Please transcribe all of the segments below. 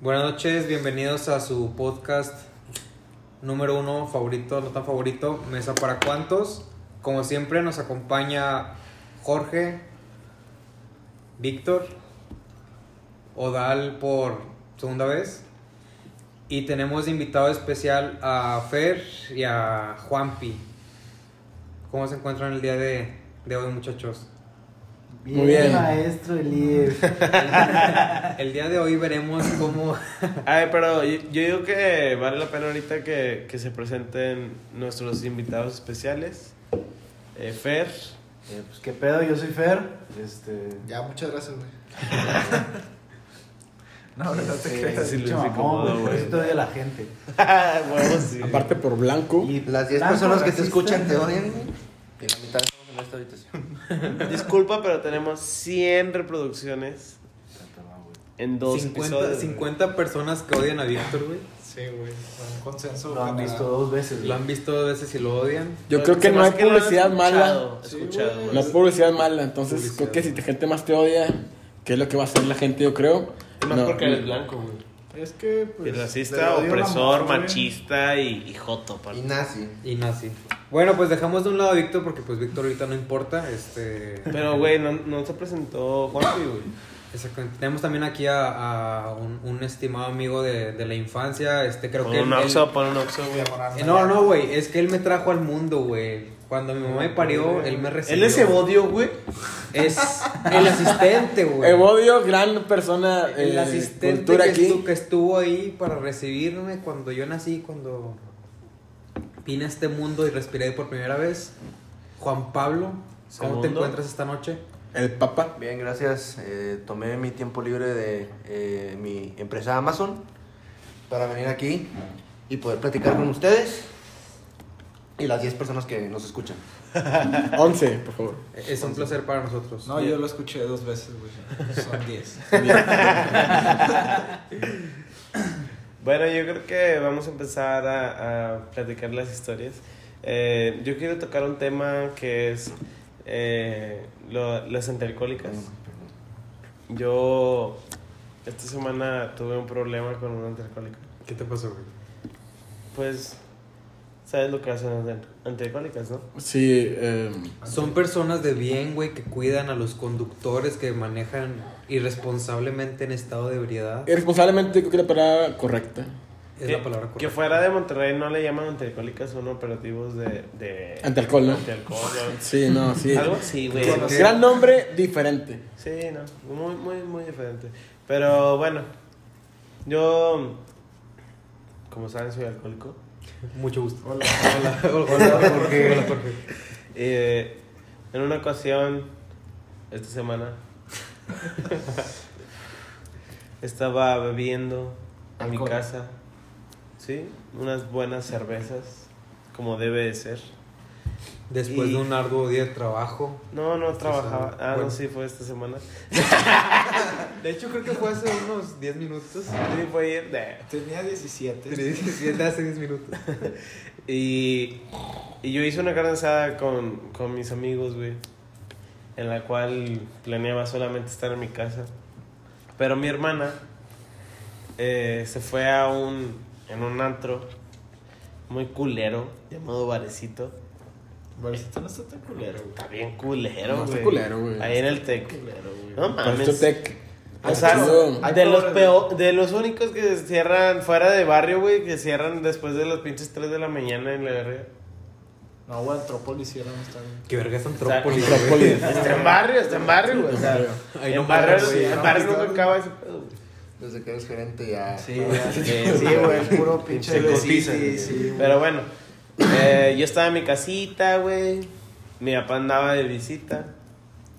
Buenas noches, bienvenidos a su podcast número uno favorito, no tan favorito, Mesa para Cuantos. Como siempre nos acompaña Jorge, Víctor, Odal por segunda vez. Y tenemos de invitado especial a Fer y a Juanpi. ¿Cómo se encuentran el día de, de hoy muchachos? Bien, Muy bien. maestro Eliev. Ah. El día de hoy veremos cómo... Ay, pero yo, yo digo que vale la pena ahorita que, que se presenten nuestros invitados especiales. Eh, Fer, Eh, pues qué pedo, yo soy Fer. Este. Ya, muchas gracias, güey. No, no te creas. Sí, lo incomodo, güey. Eso te odia la gente. bueno, sí. Aparte por blanco. Y Las 10 tanto personas que te racista. escuchan te odian, güey. Y la mitad estamos en esta habitación. disculpa, pero tenemos 100 reproducciones Tanto, no, güey. en dos 50, episodios. 50 personas que odian a Víctor, güey. Sí, güey. Con consenso. Lo han visto dos veces. Lo han visto dos veces y lo odian. Yo creo que pues, Se me no hay hace lo han publicidad mala. escuchado, Sí, escuchado, güey. No hay publicidad mala. Entonces Publicidad. creo que si la gente más te odia, que es lo que va a hacer la gente, yo creo. Y Más no, porque eres blanco, güey. Es que, pues. Y racista, opresor, machista y, y joto, aparte. Y nazi. Y nazi. Bueno, pues dejamos de un lado a Víctor porque pues Víctor ahorita no importa. Este. Pero, güey, no, no se presentó Juanpi, güey. Exactamente. Tenemos también aquí a, a un, un estimado amigo de, de la infancia. Este, creo Pon que. un él- oxo, pon un oxo, güey. Eh, no, no, güey. Es que él me trajo al mundo, güey. Cuando mi mamá me parió, él me recibió. Él es Evodio, güey. Es el asistente, güey. Evodio, Eh, gran persona. El eh, asistente cultura que, aquí. estu- que estuvo ahí para recibirme cuando yo nací, cuando vine a este mundo y respiré por primera vez. Juan Pablo, ¿cómo te Segundo. encuentras esta noche? El Papa. Bien, gracias. Eh, tomé mi tiempo libre de eh, mi empresa Amazon para venir aquí y poder platicar con ustedes y las 10 personas que nos escuchan. 11, por favor. E-, Es un placer para nosotros. No, yo lo escuché dos veces, güey. Son diez. Bueno, yo creo que vamos a empezar a, a platicar las historias. Eh, yo quiero tocar un tema que es eh, lo- las antialcohólicas. Yo esta semana tuve un problema con un antialcohólico. ¿Qué te pasó, güey? Pues, ¿sabes lo que hacen las antialcohólicas, no? Sí, eh, Son personas de bien, güey, que cuidan a los conductores que manejan irresponsablemente en estado de ebriedad. irresponsablemente creo que la palabra correcta. Es que, la palabra Que correcta. fuera de Monterrey no le llaman antialcohólicas, son operativos de... de Antialcohol, ¿no? antialcohol, Sí, no, sí. Algo así, güey. Bueno, sí. Gran nombre, diferente. Sí, no, muy, muy, muy diferente. Pero bueno, yo, como saben, soy alcohólico. Mucho gusto. Hola. Hola, hola, Jorge. Hola, Jorge. Eh, en una ocasión, esta semana, estaba bebiendo en mi Alcohol. casa, ¿sí? Unas buenas cervezas, como debe de ser. Después Y- de un arduo día de trabajo. No, no trabajaba. semana. Ah, Bueno. no, sí, fue esta semana. De hecho, creo que fue hace unos 10 minutos. Sí, fue ayer. Nah. Tenía 17. 17 hace 10 minutos. Y, y yo hice una carne asada con, con mis amigos, güey. En la cual planeaba solamente estar en mi casa. Pero mi hermana eh, se fue a un. en un antro muy culero, llamado Barecito. Barcito no está tan culero, güey. Está bien culero, No, güey. está culero, güey. Ahí en el Tec. Culero, güey. No Para esto mames. tech. O sea, Chido. de los, peo- de los únicos que cierran fuera de barrio, güey, que cierran después de las pinches 3 de la mañana en la verga. No, güey, Antrópolis sí era más tarde. Que verga es Antrópolis. O sea, güey. Antrópolis. Está en barrio, está en barrio, güey. O sea, Ahí en no barrio, paras, güey. en barrio nunca acaba ese pedo. güey. Desde que eres gerente ya. Ah, Sí, güey. Sí, güey, puro pinche Se de cotizan, City, güey. sí, güey. Pero bueno, eh, yo estaba en mi casita, güey. Mi papá andaba de visita.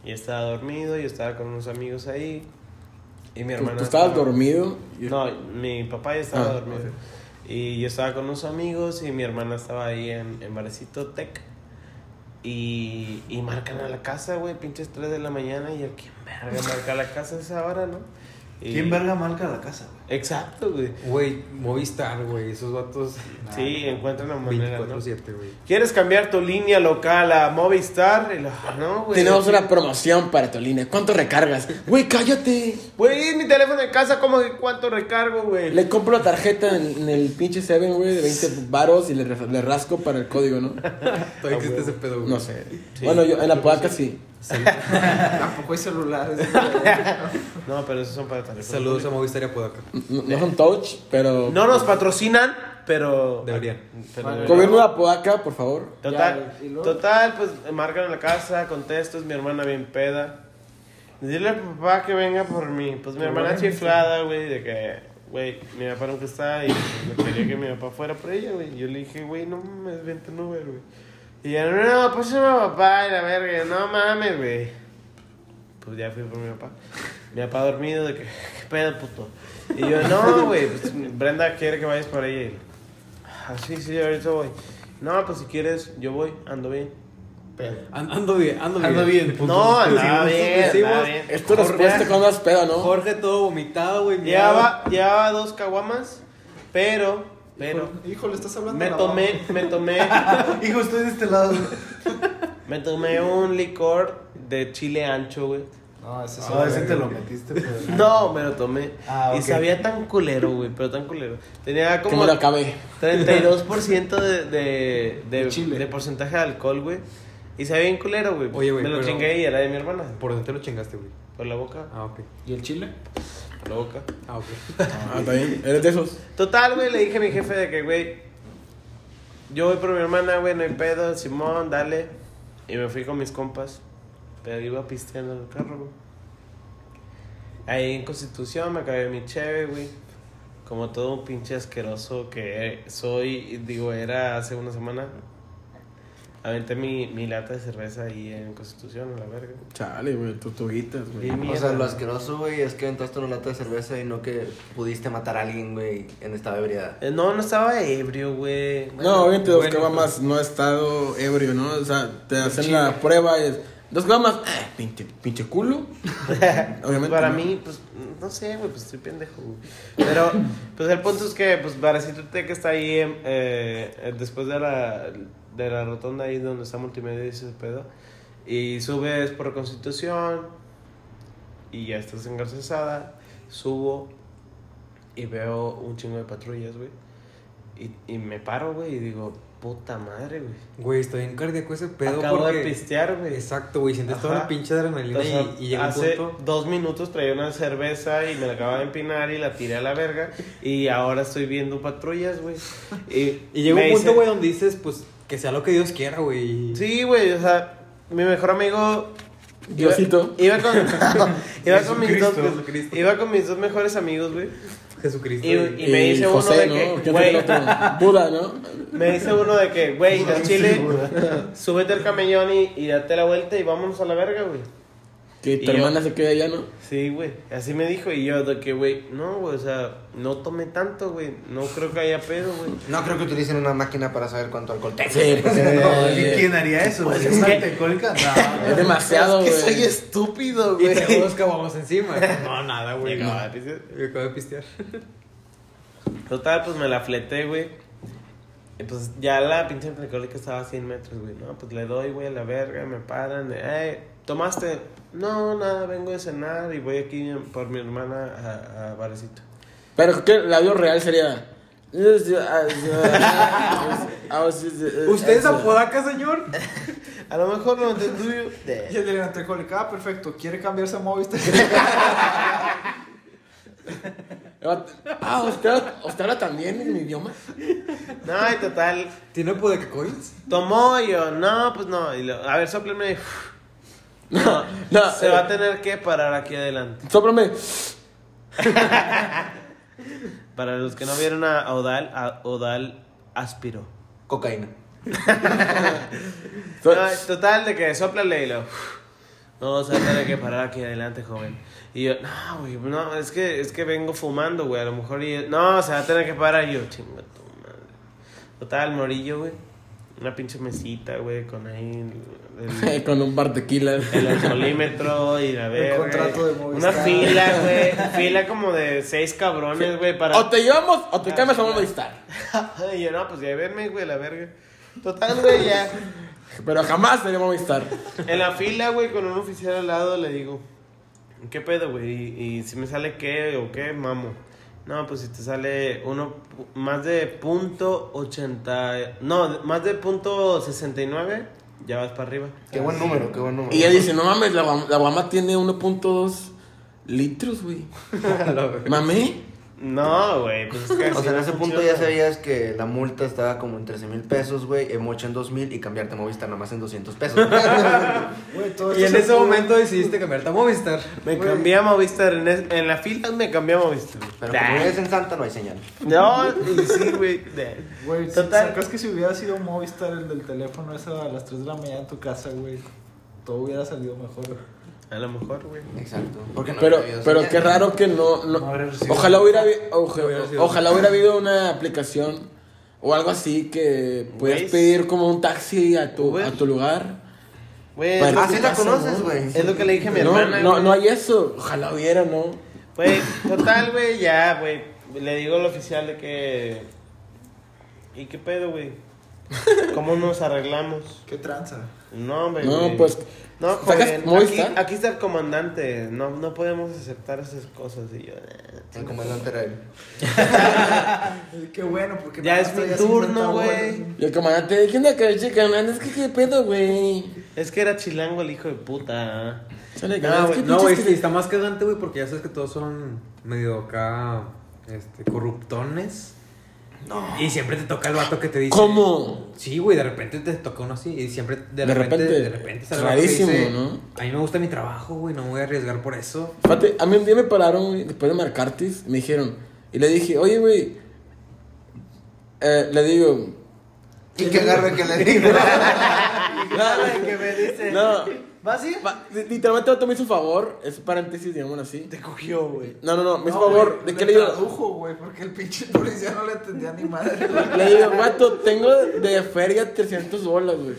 Y estaba dormido, yo estaba con unos amigos ahí. Y mi Tú, hermana. tú estabas estaba- dormido. y- No, mi papá ya estaba Ah, dormido. Y yo estaba con unos amigos y mi hermana estaba ahí en, en Barecito Tech. Y, y marcan a la casa, güey, pinches 3 de la mañana. Y yo, ¿quién verga marca la casa a esa hora, no? Y- ¿Quién verga marca la casa, güey? Exacto, güey. Güey, Movistar, güey. Esos vatos. Sí, encuentran la manera, ¿no? 24-7, güey. ¿Quieres cambiar tu línea local a Movistar? Y lo- No, güey. Tenemos una promoción para Tolina. ¿Cuánto recargas? Güey, cállate. Güey, mi teléfono de casa, ¿cómo que cuánto recargo, güey? Le compro la tarjeta en, en el pinche Seven, güey, de 20 varos y le, re- le rasco para el código, ¿no? Todavía Ah, existe ese pedo, güey. No sé. Bueno, yo en la podaca sí. Tampoco hay celulares. güey. No, pero esos son para teléfono. Saludos a Movistar y a Podaca. No, no son touch, pero. No nos patrocinan, pero. Deberían. Pero- Vale. Gobierno de Apodaca, por favor. Total, Ya, ¿y luego? total, pues marcan en la casa, contesto, es mi hermana bien peda. Dile a papá que venga por mí. Pues mi hermana chiflada, güey, de que, güey, mi papá nunca está y pues, me quería que mi papá fuera por ella, güey. Yo le dije, güey, no mames, vente en Uber, güey. Y ella, no, pues a papá y la verga, no mames, güey. Pues ya fui por mi papá. Mi papá dormido, de que, qué pedo, puto. Y yo, no, güey, pues Brenda quiere que vayas por ella. Y él, "Ah, sí, sí, ahorita voy. No, pues si quieres, yo voy, ando bien. An- Ando bien, ando bien. Ando bien. No, andaba Decimos- bien, decimos- andaba bien. Es tu respuesta cuando has pedo, ¿no? Jorge todo vomitado, güey. miedo. Llevaba, llevaba dos caguamas, pero, pero, Hijo, le estás hablando. me a la tomé, me tomé, Hijo, estoy de este lado. me tomé un licor de chile ancho, güey. mamá. No, Ah, ese es A otro. veces te lo metiste, pero. No, me lo tomé. Ah, Y ok. sabía tan culero, güey, pero tan culero. Tenía Que como me lo acabé. 32% de, de, de, De chile. de porcentaje de alcohol, güey. Y sabía bien culero, güey. Oye, güey, Me lo pero- chingué y era de mi hermana. ¿Por dónde te lo chingaste, güey? Por la boca, Ah, ok. ¿Y el chile? por la boca. Ah, ok. Ah, está bien. Eres de esos. Total, güey, le dije a mi jefe de que, güey, yo voy por mi hermana, güey, no hay pedo, Simón, dale. Y me fui con mis compas, pero iba pisteando en el carro, güey. Ahí en Constitución me acabé mi cheve, güey. Como todo un pinche asqueroso que soy, digo, era hace una semana. Aventé mi, mi lata de cerveza ahí en Constitución, a la verga. Chale, güey, tortuguitas, güey. Bien O sea, mierda. lo asqueroso, güey, es que aventaste una lata de cerveza y no que pudiste matar a alguien, güey, en esta ebriedad. Eh, No, no estaba ebrio, güey. No, obviamente dos Bueno, pues. caguamas no ha estado ebrio, ¿no? O sea, te hacen la prueba y es. Dos caguamas, ah, pinche, pinche culo. Obviamente. Para ¿no? mí, pues, no sé, güey, pues estoy pendejo, güey. Pero, pues el punto es que, pues, Baracito Tech está ahí, em, eh, eh, después de la, de la rotonda ahí donde está multimedia y ese pedo. Y subes por Constitución y ya estás engarcesada. Subo y veo un chingo de patrullas, güey. Y, y me paro, güey, y digo, puta madre, güey. Güey, está bien cardíaco ese pedo Acabo porque... de pistear, güey. Exacto, güey. Sientes toda Ajá. una pinche adrenalina Entonces, y, y llega un hace punto... dos minutos traía una cerveza y me la acababa de empinar y la tiré a la verga. Y ahora estoy viendo patrullas, güey. Y, Y llega me un punto, dice- güey, donde dices, pues, que sea lo que Dios quiera, güey. Sí, güey, o sea, mi mejor amigo. iba- Diosito. Iba, con, iba, con mis dos, Jesucristo. iba con mis dos mejores amigos, güey. Jesucristo. Y- güey. y- me dice uno de que, Eh, ¿no? ¿Quién fue güey. el otro? Buda, ¿no? Me dice uno de que, güey, al chile, güey. súbete al camellón y, y date la vuelta y vámonos a la verga, güey. Que Y tu yo- hermana se queda allá, ¿no? Sí, güey. Así me dijo. Y yo, de que, güey, no, güey, o sea, no tomé tanto, güey. No creo que haya pedo, güey. No creo que utilicen una máquina para saber cuánto alcohol tengo. Sí, pues, No, eh, ¿y ¿Quién haría eso? güey? ¿Es una que- alcohólica? No. es demasiado, güey. estúpido, Y te busca, vamos encima. No, nada, Y güey. acababa de pisar. Me acabo de pistear. Total, pues me la fleté, güey. Y pues ya la pinche alcohólica estaba a 100 metros, güey. No, pues le doy, güey, a la verga, me paran. Eh, ¿tomaste? No, nada, vengo de cenar y voy aquí por mi hermana a, a barecito. Pero que la vio real sería. ah, ¿Usted ah, ¿Usted es apodaca, señor? A lo mejor no te tuyo. Y el del antialcohólico, ah, perfecto, quiere cambiarse a Movistar. Ah, ¿usted, usted habla también en mi idioma? No, y total, ¿Tiene apodaca coins? tomó y yo, no, pues no. Y lo- a ver, sopleme. No, no, se eh. va a tener que parar aquí adelante. Sóprame. Para los que no vieron a Odal, a Odal aspiró. Cocaína. So- No, total, de que soplale y lo. No, o sea, tiene que parar aquí adelante, joven. Y yo, no, güey, no, es que, es que vengo fumando, güey, a lo mejor. y- no, o sea, va a tener que parar. Y yo, chinga tu madre. Total, morillo, güey. Una pinche mesita, güey, con ahí el, el- Con un bar tequila. el alcoholímetro y la verga. contrato de Una Movistar. fila, güey. Fila como de seis cabrones, güey, para. O te llevamos o Ah, te cambias a un Movistar. y yo, no, pues llévenme, güey, la verga. Total, güey, ya. Pero jamás sería Movistar. En la fila, güey, con un oficial al lado le digo, ¿qué pedo, güey? ¿Y, y si me sale qué o qué, mamo? No, pues si te sale uno pu- más de punto ochenta, no, de- más de punto sesenta y nueve, ya vas para arriba. Qué buen número, qué buen número. Y ella dice, no mames, la, guam- la guama tiene 1.2 litros, güey. Mamé. No, güey, pues es que O así sea, en no ese punto funciona. ya sabías que la multa estaba como en 13 mil pesos, güey, emocha en 2 mil y cambiarte a Movistar nada más en 200 pesos. Güey, todo Y esto en se ese pudo- momento decidiste cambiarte a Movistar. Me cambié a Movistar, en, es- en la fila me cambié a Movistar. Pero como vives en Santa no hay señal. No, y sí, güey. de- Güey, si- Total. ¿sacas que si hubiera sido Movistar el del teléfono esa a las 3 de la mañana en tu casa, güey? Todo hubiera salido mejor. A lo mejor, güey. Exacto. Porque no Pero, había habido pero señal. qué raro que no. no- No habría recibido. ojalá, hubiera, habi- oje- No hubiera sido. ojalá hubiera habido una aplicación o algo así que pudieras Waze. pedir como un taxi a tu, Uber. a tu lugar. Güey, Pero- Ah, es, sí la Pasa, conoces, ¿no? güey. es lo que le dije a mi No, hermana. no, güey. no hay eso. Ojalá hubiera, ¿no? Güey, total, güey, ya, güey. Le digo al oficial de que. ¿Y qué pedo, güey? ¿Cómo nos arreglamos? ¿Qué tranza? No, hombre. No, güey. pues, No, ¿sacas joven, aquí, Movistar? aquí está el comandante. No, no podemos aceptar esas cosas. Y yo. eh, El comandante era él. Qué bueno, porque Ya nada es más mi traía turno, 50 güey. bolas. Y el comandante, ¿qué onda, que chica? Es que qué pedo, güey. Es que era chilango el hijo de puta. ¿ah? Sale, No, cabrón, güey, es que no, güey, pinches sí, que- está más cagante, güey, porque ya sabes que todos son medio acá, este, corruptones. No. Y siempre te toca el vato que te dice. ¿Cómo? Sí, güey, de repente te toca uno así y siempre de, De repente, repente, de repente sale el vato que rarísimo, dice, ¿no? A mí me gusta mi trabajo, güey, no me voy a arriesgar por eso. Fíjate, a mí un día me pararon, güey, después de marcartis, me dijeron, y le dije, oye, güey, eh, le digo, Y qué agarre que le digo. no, que me dice. no, ¿Vas a ir? va, li- literalmente vato me hizo un favor, es paréntesis, digámoslo así. Te cogió, güey. No, no, no, me hizo No, favor, güey, ¿de qué le digo? tradujo, güey, porque el pinche policía no le entendía ni madre. Le digo, vato, tengo de feria 300 bolas, güey. Me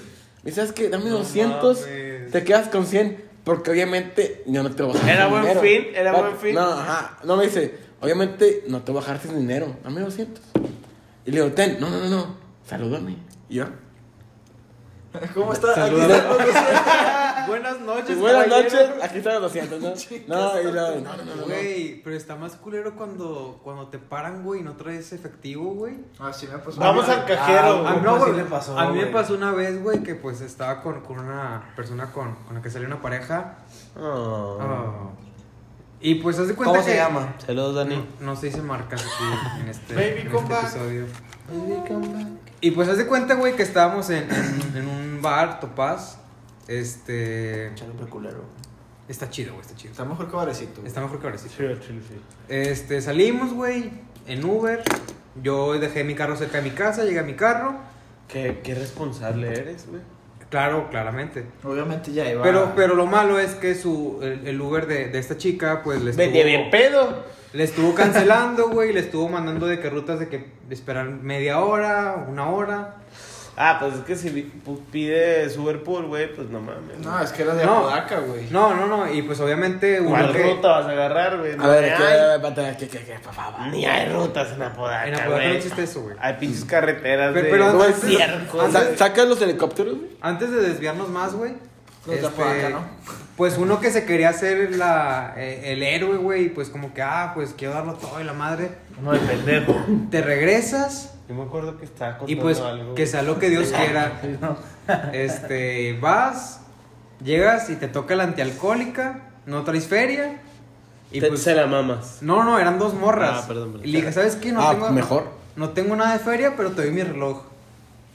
dice, ¿sabes qué? Dame 200, mames. te quedas con 100, porque obviamente yo no te voy a bajar Era sin buen dinero. fin, era Vato, buen fin. No, ajá, no me dice, obviamente no te voy a bajar sin dinero, dame 200. Y le digo, ten, no, no, no, no, salúdame. Y yo, ¿Cómo está? Aquí Saluda. está el policía. Buenas noches, Buenas caballero. noches, aquí están los 200, ¿no? No, y luego, no, no, no, no. Güey, pero está más culero cuando, cuando te paran, güey, y no traes efectivo, güey. Ah, sí me pasó. Vamos al cajero, A mí, Ah, Así no, güey. pues güey, le pasó, a mí me güey. pasó una vez, güey, que pues estaba con, con una persona con, con la que salió una pareja. Ah. Y pues haz de cuenta ¿Cómo que se llama? Saludos, Dani. No, no se dice marcas aquí en este, Baby, en come este back. episodio. Y pues haz de cuenta, güey, que estábamos en, en- en un bar, Topaz. Este. Chalo culero. Está chido, güey, está chido. Está mejor que Varecito. Está mejor que ahora sí. Sí, sí, sí. Este, salimos, güey, en Uber. Yo dejé mi carro cerca de mi casa, llegué a mi carro. Qué, qué responsable eres, güey. Claro, claramente. Obviamente ya iba. Pero, pero lo malo es que su, el, el Uber de, de esta chica, pues le Vete bien estuvo, pedo. le estuvo cancelando, güey, le estuvo mandando de que rutas de que esperar media hora, una hora. Ah, pues es que si vi- pu- pide Superpool, güey, pues no mames. No, es que era de No. Apodaca, güey. No, no, no, y pues obviamente uno ¿Cuál que- ruta vas a agarrar, güey? A ver, ni, hay, ¿qué, qué, qué, qué, por favor? ni hay rutas en Apodaca, En Apodaca güey. no existe eso, güey. Hay pinches carreteras Pero- de pero no antes- circo, antes- Sa- ¿Sacas los helicópteros? güey? Antes de desviarnos más, güey. este, Los de Apodaca, ¿no? Pues uno que se quería hacer la, eh, el héroe, güey, y pues como que, ah, pues quiero darlo todo y la madre. No, de pendejo. Te regresas Yo me acuerdo que estaba y contando pues algo. que sea lo que Dios quiera. Este, vas, llegas y te toca la antialcohólica, no traes feria. Y Te- pues, se la mamas. no, no, eran dos morras. Ah, perdón, perdón. Y le dije, ¿sabes qué? No Ah, tengo, mejor. No tengo nada de feria, pero te doy mi reloj.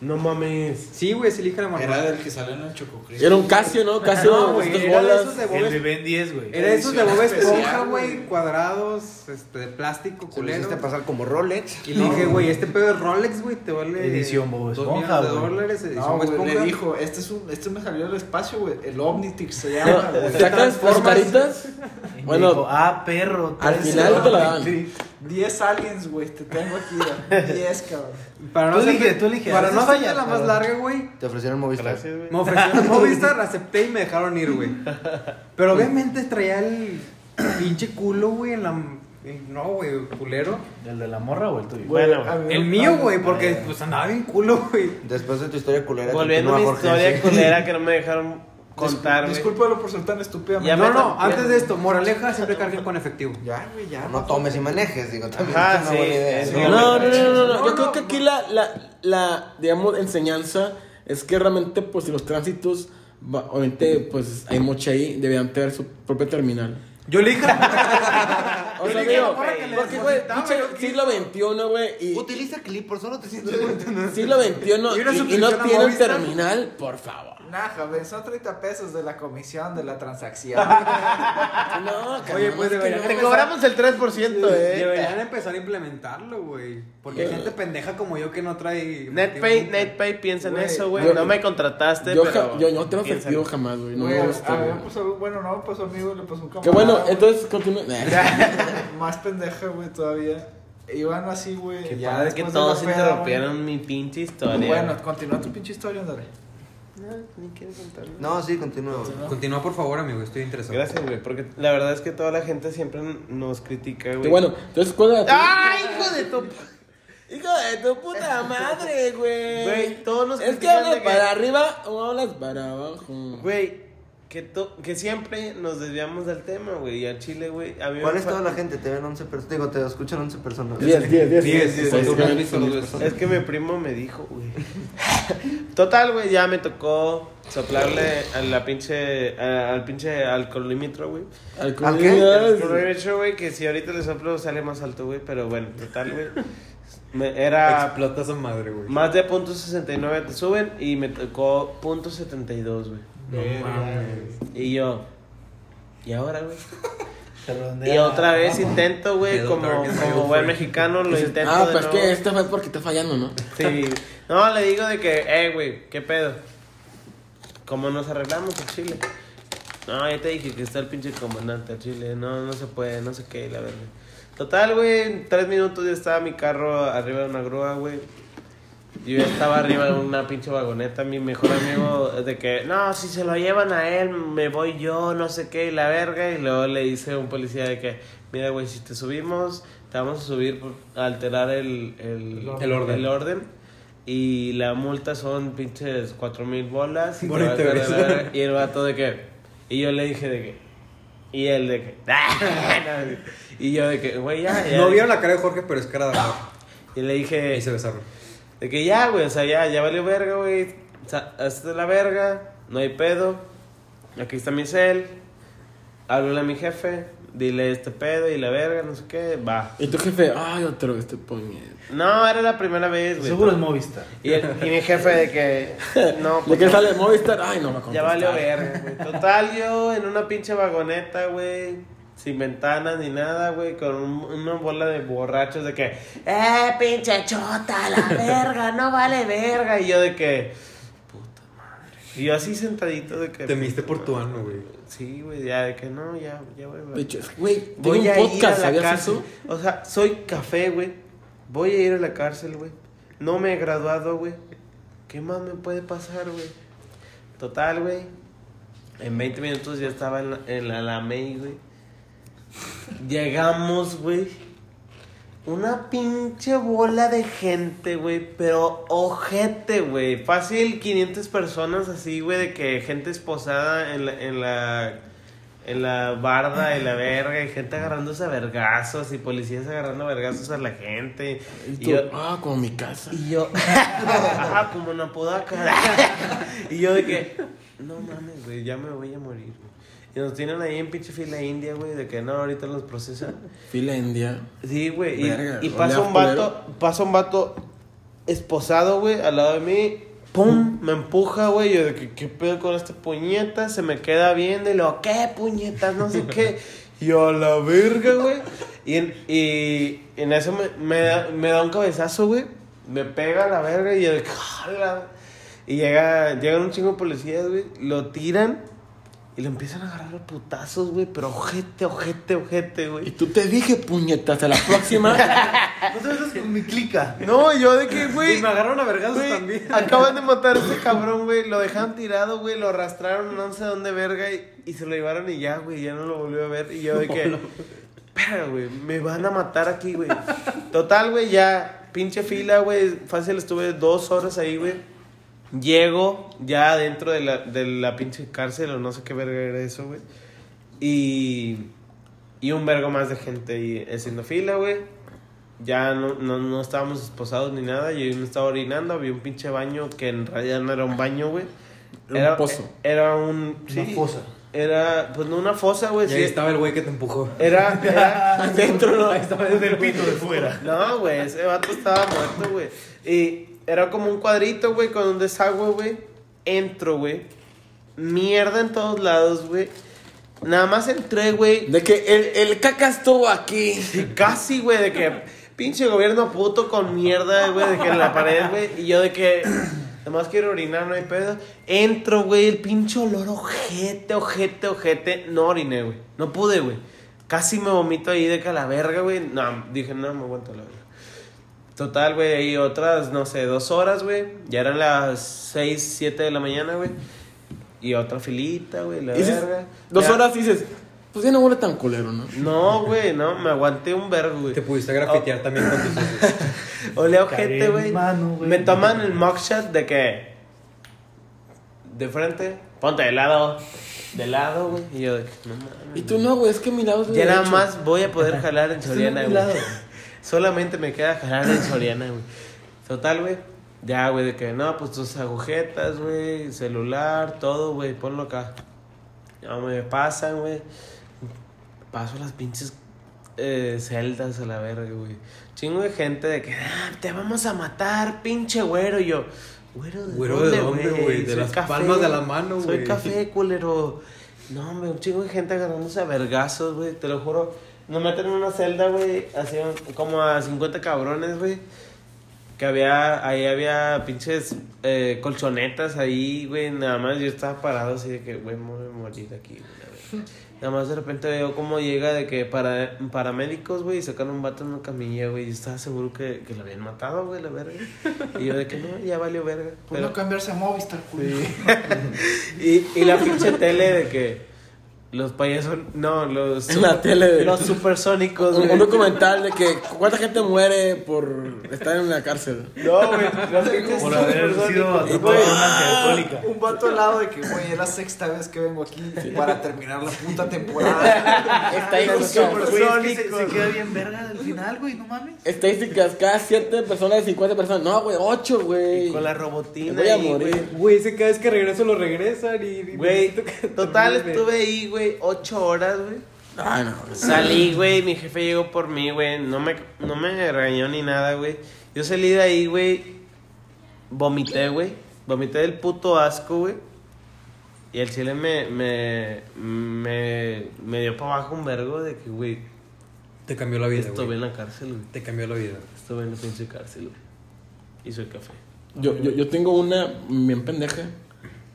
No mames. Sí, güey, sí le dije a la morra. Era del que salió en el Chococris. Era un Casio, ¿no? Casio, No, güey, dos era de bolas. esos de Bob El de Ben 10, güey. Era esos de Bob Edición especial, Esponja, güey, güey. cuadrados, este, de plástico, Se lo culero. hiciste pasar como Rolex. Y le dije, güey, este pedo de Rolex, güey, te vale... Edición Bob dos Esponja, millones de güey. dólares, edición No, Bob güey, Esponja. le dijo, este es un, este me salió del espacio, güey, el Omnitix se llama, No, güey. ¿Sacas las caritas? Y me Bueno, dijo, ah, perro. al tres final te la dan. Sí. 10 aliens, güey, te tengo aquí, güey. 10, cabrón. Para no Tú hacerte- elige, tú elige, Para haces no hacerte falla, la más cabrón. larga, güey. Te ofrecieron Movistar. Gracias, güey. Me ofrecieron Movistar, acepté y me dejaron ir, güey. Pero obviamente traía el pinche culo, güey, en la... en- No, güey, culero. ¿El de la morra o el tuyo? Bueno, güey. a mí me El mío, gusta- güey, eh. porque pues andaba bien culo, güey. Después de tu historia culera, Volviendo a mi continúa, Jorge, historia sí. culera que no me dejaron contar, güey. Discúlpalo por ser tan estúpida. Ya No, me- no, antes de esto, moraleja, siempre carguen con efectivo. Ya, güey, ya. No tomes y manejes, digo, también Ajá, es una sí, buena idea. es ¿no? una No, no, no, no, no, No, Yo no, creo que aquí la, la, la, digamos, enseñanza es que realmente, pues, los tránsitos, va- obviamente, pues, hay mucha ahí, debían tener su propia terminal. Yo le dije, O sea, dije, digo, "Ahora que le porque, güey, depositaba, pinche yo quise". siglo XXI, güey, y Utiliza clip por solo 350. siglo Y una XXI, y- y, no suscripción a tienen Movistar. terminal, por favor. Naja, güey, son 30 pesos de la comisión de la transacción. No, Oye, pues deberían debería. de- Te cobramos el 3%, eh. deberían empezar a implementarlo, güey. Porque hay Eh. gente pendeja como yo que no trae. NetPay, efectivo. NetPay piensa en Güey, eso, güey. yo- No me contrataste, Yo, pero... ja- yo no tengo piensa en- efectivo jamás, güey, no Güey, me a- gusta, a mí güey. me pasó- bueno, no, ah, pues a mí, güey, le pasó un camarada. Que bueno, güey. entonces, continúa. Más pendeja, güey, todavía. Iban así, güey. Qué ya padre Ah, que después de todos la peda, interrumpieron mi pinche güey. historia. Bueno, continúa tu pinche historia, André. No, sí, continúa. güey. Continúa, por favor, amigo, estoy interesado. Gracias, güey, porque la verdad es que toda la gente siempre nos critica, Que güey. bueno, entonces, ¿cuál era tu- ¡Ah, hijo de tu... Hijo de tu puta madre, güey. Güey, todos nos Es que critican hablas de que- para arriba o hablas para abajo. Güey, que, to- que siempre nos desviamos del tema, güey. Y al chile, güey, a mí me ¿Cuál es pa- toda la gente? Te ven 11 personas. Digo, te escuchan 11 personas. 10, 10, Diez, 10. diez, tú lo has visto dos veces. Es que mi primo me dijo, güey. Total, güey, ya me tocó soplarle a la pinche, a- al pinche alcoholímetro, güey. Al ¿Al qué? El comienzo. alcoholímetro, güey, que si ahorita le soplo sale más alto, güey. Pero bueno, total, güey. Me- Era Explota esa madre, güey. más de .69 te suben y me tocó .72, güey. No mames. Y yo, ¿y ahora, güey? Te redondea Y la- otra vez intento, güey, Pedo, como, claro que sí, como güey. buen mexicano, lo intento. Ah, de pues nuevo. que esta fue porque está fallando, ¿no? Sí. No, le digo de que, eh, güey, ¿qué pedo? ¿Cómo nos arreglamos en Chile? No, ya te dije que está el pinche comandante a Chile. No, no se puede, no sé qué, la verdad. Total, güey, en tres minutos ya estaba mi carro arriba de una grúa, güey. Yo ya estaba arriba de una pinche vagoneta. Mi mejor amigo, de que, no, si se lo llevan a él, me voy yo, no sé qué, y la verga. Y luego le dice un policía de que, mira, güey, si te subimos, te vamos a subir por alterar el, el, El orden. el orden. Y la multa son pinches cuatro mil bolas. Y, Por te vas a la interés. verga. Y el vato de que. Y yo le dije de que. Y él de que. "Ah, no, y yo de que, güey, ya. ya. No vieron la cara de Jorge, pero es cara de amor. Y le dije. Y se besaron. De que ya, güey, o sea, ya, ya valió verga, güey. O sea, hazte la verga, no hay pedo. Aquí está mi cel. Háblale a mi jefe, dile este pedo y la verga, no sé qué, va. Y tu jefe, ay, este otra vez te pones. No, era la primera vez, güey. Seguro es Movistar. Y, el- y mi jefe de que. No, ¿De pues, qué sale Movistar? Ay, no me Ya valió verga, güey. Total, yo en una pinche vagoneta, güey. Sin ventanas ni nada, güey. Con un- una bola de borrachos de que. ¡Eh, pinche chota, la verga! No vale verga. Y yo de que. Puta madre. Y yo así sentadito de que. Temiste por tu ano, güey. Sí, güey, ya de que no, ya, ya, güey. De hecho, güey, tengo Voy un a ir podcast, a la ¿sabías cárcel. eso? O sea, soy café, güey. Voy a ir a la cárcel, güey. No me he graduado, güey. ¿Qué más me puede pasar, güey? Total, güey. En 20 minutos ya estaba en la, en la Alamey, güey. Llegamos, güey. Una pinche bola de gente, güey. Pero ojete, güey. Fácil 500 personas así, güey. De que gente esposada en la, en la en la barda y la verga, y gente agarrándose a vergazos, y policías agarrando a vergazos a la gente. Y Y tú, yo, ah, como mi casa. y yo, ajá, como una podaca. y yo de que, no mames, güey, ya me voy a morir. güey". Y nos tienen ahí en pinche fila india, güey, de que no, ahorita los procesan. Fila india. Sí, güey. Y, Verga, y olía pasa un culero. vato, pasa un vato esposado, güey, al lado de mí. ¡Pum! Me empuja, güey. Yo de que, ¿qué pedo con esta puñeta? Se me queda viendo y lo, ¿qué puñetas? No sé qué. Y yo, a la verga, güey. Y en, y en eso me, me da, me da un cabezazo, güey. Me pega a la verga y yo de que, "Ah, la-". Y llega, llegan un chingo de policías, güey. Lo tiran Y lo empiezan a agarrar a putazos, güey. Pero ojete, ojete, ojete, Y güey. tú te dije, puñeta, hasta la próxima. No te metas con mi clica. No, y yo de que, Y güey. me agarraron a vergazos güey, también. Acaban de matar a ese cabrón, güey. Lo dejaron tirado, güey. Lo arrastraron no sé dónde verga. Y, y se lo llevaron y ya, güey. Ya no lo volvió a ver. Y yo de que. Espera, güey. Me van a matar aquí, güey. Total, güey, ya. Pinche fila, güey. Fácil estuve dos horas ahí, güey. Llego ya dentro de la, de la pinche cárcel o no sé qué verga era eso, güey. Y. Y un vergo más de gente ahí haciendo fila, güey. Ya no, no, no estábamos esposados ni nada. Yo me estaba orinando. Había un pinche baño que en realidad no era un baño, güey. Era un pozo. Era un. Una sí, fosa. Era, pues no una fosa, güey. Y ahí Sí, estaba el güey Eh, que te empujó. era, era dentro, ¿no? Desde el pito de fuera. No, güey, ese vato estaba muerto, güey. Y era como un cuadrito, güey, con un desagüe, güey. Entro, güey. Mierda en todos lados, güey. Nada más entré, güey. De que el, el caca estuvo aquí. Y casi, güey, de que pinche gobierno puto con mierda, güey, de que en la pared, güey. Y yo de que nada más quiero orinar, no hay pedo. Entro, güey, el pinche olor ojete, ojete, ojete. No oriné, güey. No pude, güey. Casi me vomito ahí de que a la verga, güey. No, dije, no, me aguanto a la verga. Total, güey, ahí otras, no sé, dos horas, güey. Ya eran las 6, 7 de la mañana, güey. Y otra filita, güey, la Y dices, verga. dos Ya- horas dices, pues ya no huele tan culero, ¿no? No, güey, no, me aguanté un vergo, güey. Te pudiste grafitear también con tus ojos. Olea Cagué ojete, en güey. mano, güey. Me toman el mugshot de que. De frente, ponte de lado. De lado, güey. Y yo de que, no mames. Y tú no, güey, es que mi lado es Ya nada derecho. más voy a poder jalar en Soriana, de güey. mi lado. Solamente me queda jalar en Soriana, güey. Total, güey. Ya, güey, de que no, pues tus agujetas, güey, celular, todo, güey, ponlo acá. Ya me pasan, güey. Paso las pinches eh, celdas a la verga, güey. Chingo de gente de que "Ah, te vamos a matar, pinche güero. Y yo, güero, ¿de Güero, dónde, ¿de dónde, güey? De Soy las palmas de la mano, Soy güey." café, culero. No, hombre, un chingo de gente agarrándose a vergazos, güey, te lo juro. Nos meten en una celda, güey, así como a 50 cabrones, güey. Que había, ahí había pinches eh, colchonetas ahí, güey. Nada más yo estaba parado así de que, güey, me voy a morir aquí, güey. la verga. Nada más de repente veo cómo llega de que para, paramédicos, güey, y sacan un vato en una camilla, güey. Y estaba seguro que, que lo habían matado, güey, la verga. Y yo de que no, ya valió verga. Pues Pero- no cambiarse a Movistar, culo. y, y la pinche tele de que los payasos, no, los. En la tele de- Los supersónicos, Un, güey. un documental de que cuánta gente muere por estar en la cárcel. No, güey, los pinches Por haber sido supersónicos. atrapado por una alcohólica. Un vato al lado de que, güey, es la sexta vez que vengo aquí para terminar la puta temporada. Estadísticas, Supersónicos. Se queda bien verga al final, güey, no mames. estadísticas, cada 7 personas, 50 personas. No, güey, 8, güey. Con la Me robotina. voy a ahí, güey. morir. Güey, ese cada vez que regreso lo regresan y... y- Güey, total, Horrible. estuve ahí, güey, ocho horas, güey. Ah, no. Pues Salí, güey, mi jefe llegó por mí, güey. No me, no me regañó ni nada, güey. Yo salí de ahí, güey. Vomité, güey. Vomité del puto asco, güey. Y el chile me, me, me, me dio para abajo un vergo de que, güey, Te cambió la vida, estuve güey. en la cárcel, güey. Te cambió la vida. Estuve en la pinche cárcel, güey. Y soy café. Yo, yo, yo tengo una bien pendeja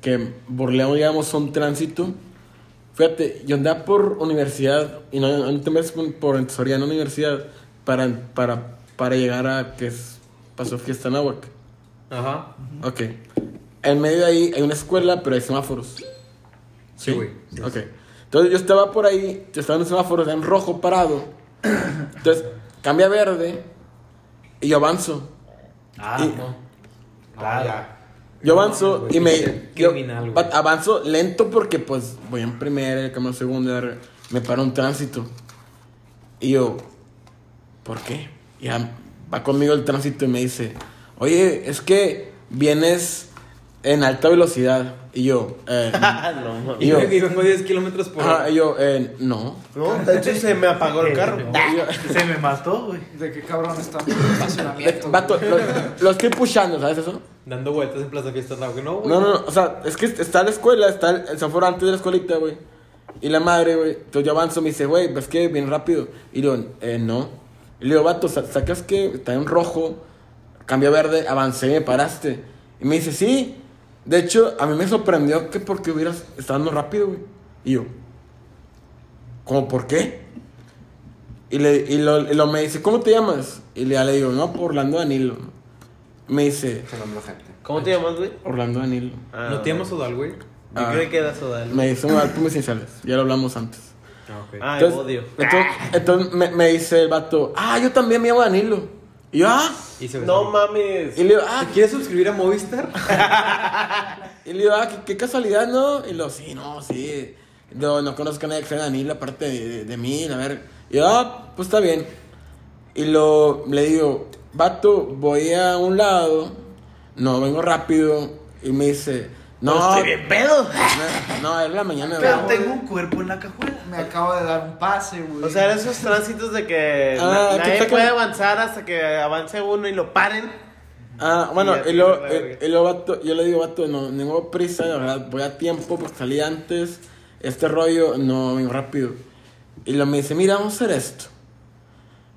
que borleamos, digamos, a un tránsito. Fíjate, yo andaba por universidad y no, no te metes con- por Soriana Universidad para, para, para llegar a que es Paso Fiesta Náhuac. Ajá. Ok. En medio de ahí hay una escuela, pero hay semáforos. Sí, güey. Sí, ok. Entonces yo estaba por ahí, yo estaba en un semáforo, estaba en rojo parado. Entonces cambia a verde y yo avanzo. Ah, Y- no. Ah, Claro. Ah, Yo avanzo güey, y me. pinche yo criminal, güey. a- avanzo lento porque, pues, voy en primera, el camino segunda, me para un tránsito. Y yo, ¿por qué? Ya va conmigo el tránsito y me dice, Oye, es que vienes en alta velocidad. Y yo, eh, Ah, no, mames. y yo, Y vengo 10 kilómetros por hora. ajá, y yo, eh, no. No, de hecho se me apagó el carro. Y yo, Se me mató, güey. de qué cabrón está en el estacionamiento. güey. Vato, lo, lo estoy pushando, ¿sabes eso? Dando vueltas en Plaza Fiesta No, güey, no, güey. No, no, no, o sea, es que está la escuela, está el, el semáforo antes de la escuelita, güey. Y la madre, güey, entonces yo avanzo, me dice, güey, pues que bien rápido. Y le digo, eh, no. Y le digo, vato, sa- sacas que está en rojo, cambió a verde, avancé, me paraste. Y me dice, sí. De hecho, a mí me sorprendió que porque hubieras estado andando rápido, güey. Y yo, ¿cómo por qué? Y, le, y, lo, y lo me dice, ¿cómo te llamas? Y ya le digo, no, por Orlando Danilo. Me dice, Se nombró gente. ¿Cómo te llamas, güey? Orlando Danilo. Ah, ¿No te llamas Odal, güey? Yo Ah. creí que era Sodal. Me dice, no, ponme iniciales. Ya lo hablamos antes. Ah, ok. Ay, Entonces, odio. Entonces, entonces me, me dice el vato, ah, yo también me llamo Danilo. Y yo, ah. Y se No besaron. mames. Y le digo, ah, Ah, ¿Quieres suscribir a Movistar? Y le digo, ah, qué, qué casualidad, ¿no? Y lo, sí, no, sí. No, no conozco a nadie que sea Danilo aparte de, de, de mí, a ver. Y yo, ah, pues está bien. Y lo, le digo, vato, voy a un lado, no, vengo rápido. Y me dice, no. pedo. no, No, es la mañana, Pero ¿no? tengo un cuerpo en la cajuela. Me acabo de dar un pase, güey. O sea, eran esos tránsitos de que Ah, na- que nadie sacan- puede avanzar hasta que avance uno y lo paren. Ah, bueno, ya y te luego, la verga. y- y luego, vato, yo le digo, vato, no, no tengo prisa, la verdad, voy a tiempo porque salí antes. Este rollo, no, vengo rápido. Y lo me dice, mira, vamos a hacer esto.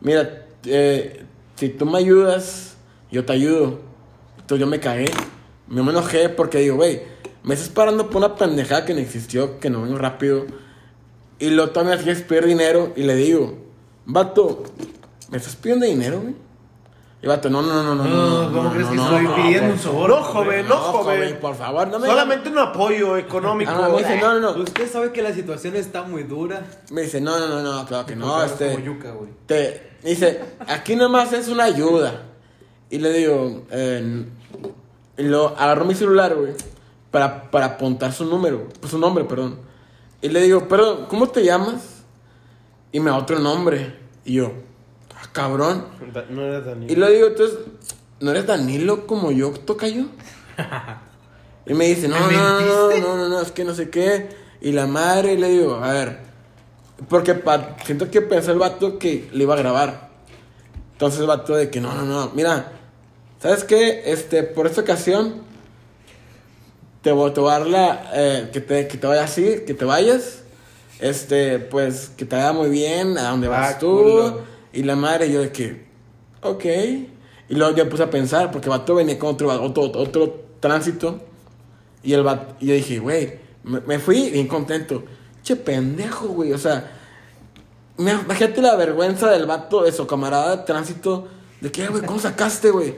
Mira, eh, si tú me ayudas, yo te ayudo. Entonces yo me cagué. Me enojé porque digo, güey, me estás parando por una pendejada que no existió, que no vengo rápido. Y luego también así pedir dinero y le digo, vato, ¿me estás pidiendo dinero, güey? Y el vato, no, no, no, no, no. no, ¿Cómo no, crees que no, estoy no, pidiendo un No, soborno? joven, no, joven. por favor, no me Solamente un apoyo económico. Ah, me dice, no, no, no. Usted sabe que la situación está muy dura. Me dice, no, no, no, no, claro que no, Porque eres este. Como yuca, güey. Te dice, aquí nomás es una ayuda. Y le digo, eh, y lo agarró mi celular, güey, para, para apuntar su número, pues, su nombre, perdón. Y le digo, perdón, ¿cómo te llamas? Y me da otro nombre. Y yo, ah, cabrón. Da- No era Y Danilo. le digo, entonces, ¿no eres Danilo como yo, Tocayo? Y me dice, no, no, ¿Me no, no, mentiste? no, no, no, es que no sé qué. Y la madre, y le digo, a ver, porque pa- siento que pensó el vato que le iba a grabar. Entonces el vato de que, no, no, no, mira, ¿sabes qué? Este, por esta ocasión, te voy, te voy a dar la, eh, que, te, que te vayas así, que te vayas. Este, pues, que te vaya muy bien, a donde vas Ah, tú. culo. Y la madre, yo de que, ok. Y luego yo me puse a pensar, porque el vato venía con otro, va- otro, otro tránsito. Y el vato, y yo dije, güey, me, me fui bien contento. Che, pendejo, güey, o sea, me- imagínate la vergüenza del vato de su camarada de tránsito. De que, "Eh, güey, ¿cómo sacaste, güey?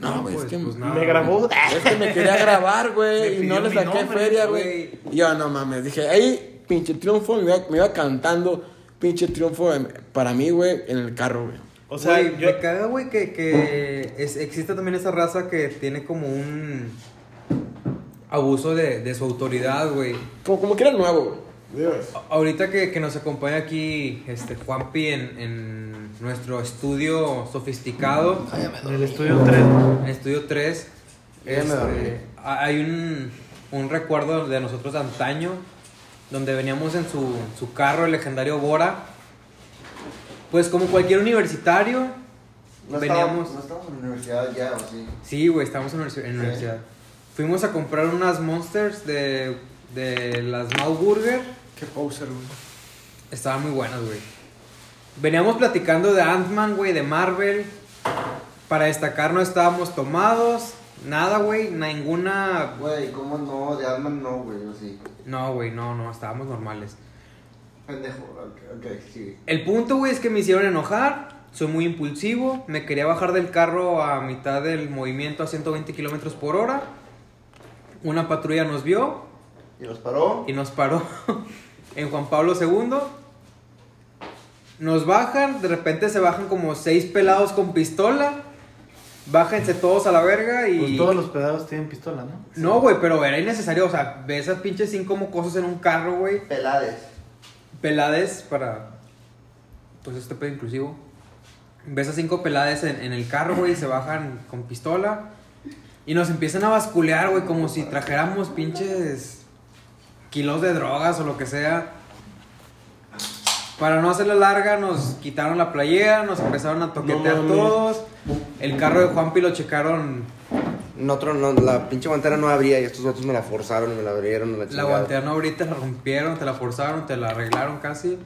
No, güey, es que... nada, Me güey. grabó. Es que me quería grabar, Me güey, y no pidió le mi saqué nombre, feria, güey. Y Yo, no mames, dije, ahí, pinche triunfo, me iba, me iba cantando, pinche triunfo em, para mí, güey, en el carro, güey. O sea, Güey, yo. me caga, güey, que, que es- existe también esa raza que tiene como un abuso de, de su autoridad, güey. Como, como que era nuevo, güey. A- Ahorita que, que nos acompaña aquí este Juanpi en, en nuestro estudio sofisticado, En el estudio 3. en estudio 3, Ya me dormí. hay un, un recuerdo de nosotros de antaño, donde veníamos en su, su carro, el legendario Bora. Pues como cualquier universitario, veníamos... en la universidad ya, o sí. Sí, güey, estamos en, universi- en universidad. Fuimos a comprar unas Monsters de, de las Mau Burger. Qué poser, güey. Estaban muy buenas, güey. Veníamos platicando de Ant-Man, güey, de Marvel. Para destacar, no estábamos tomados. Nada, güey, ninguna. Güey, ¿cómo no? De Alman no, güey, o sí. No, güey, no, no, estábamos normales. Pendejo, ok, sí. El punto, güey, es que me hicieron enojar. Soy muy impulsivo. Me quería bajar del carro a mitad del movimiento a 120 kilómetros por hora. Una patrulla nos vio. ¿Y los paró? y nos paró en Juan Pablo II. Nos bajan, de repente se bajan como seis pelados con pistola. Bájense todos a la verga y. Pues todos los pedados tienen pistola, ¿no? No, güey, pero era innecesario. O sea, ve esas pinches cinco mocosos en un carro, güey. Pelades. Pelades para. Pues este pedo inclusivo. Ves a cinco pelades en, en el carro, güey, y se bajan con pistola. Y nos empiezan a basculear, güey, como si trajéramos pinches kilos de drogas o lo que sea. Para no hacerla larga, nos quitaron la playera, nos empezaron a toquetear mames. todos. El carro de Juanpi lo checaron, Nosotros no, la pinche guantera no abría y estos otros me la forzaron, me la abrieron, me la la chingada. guantearon ahorita, la rompieron, te la forzaron, te la arreglaron casi.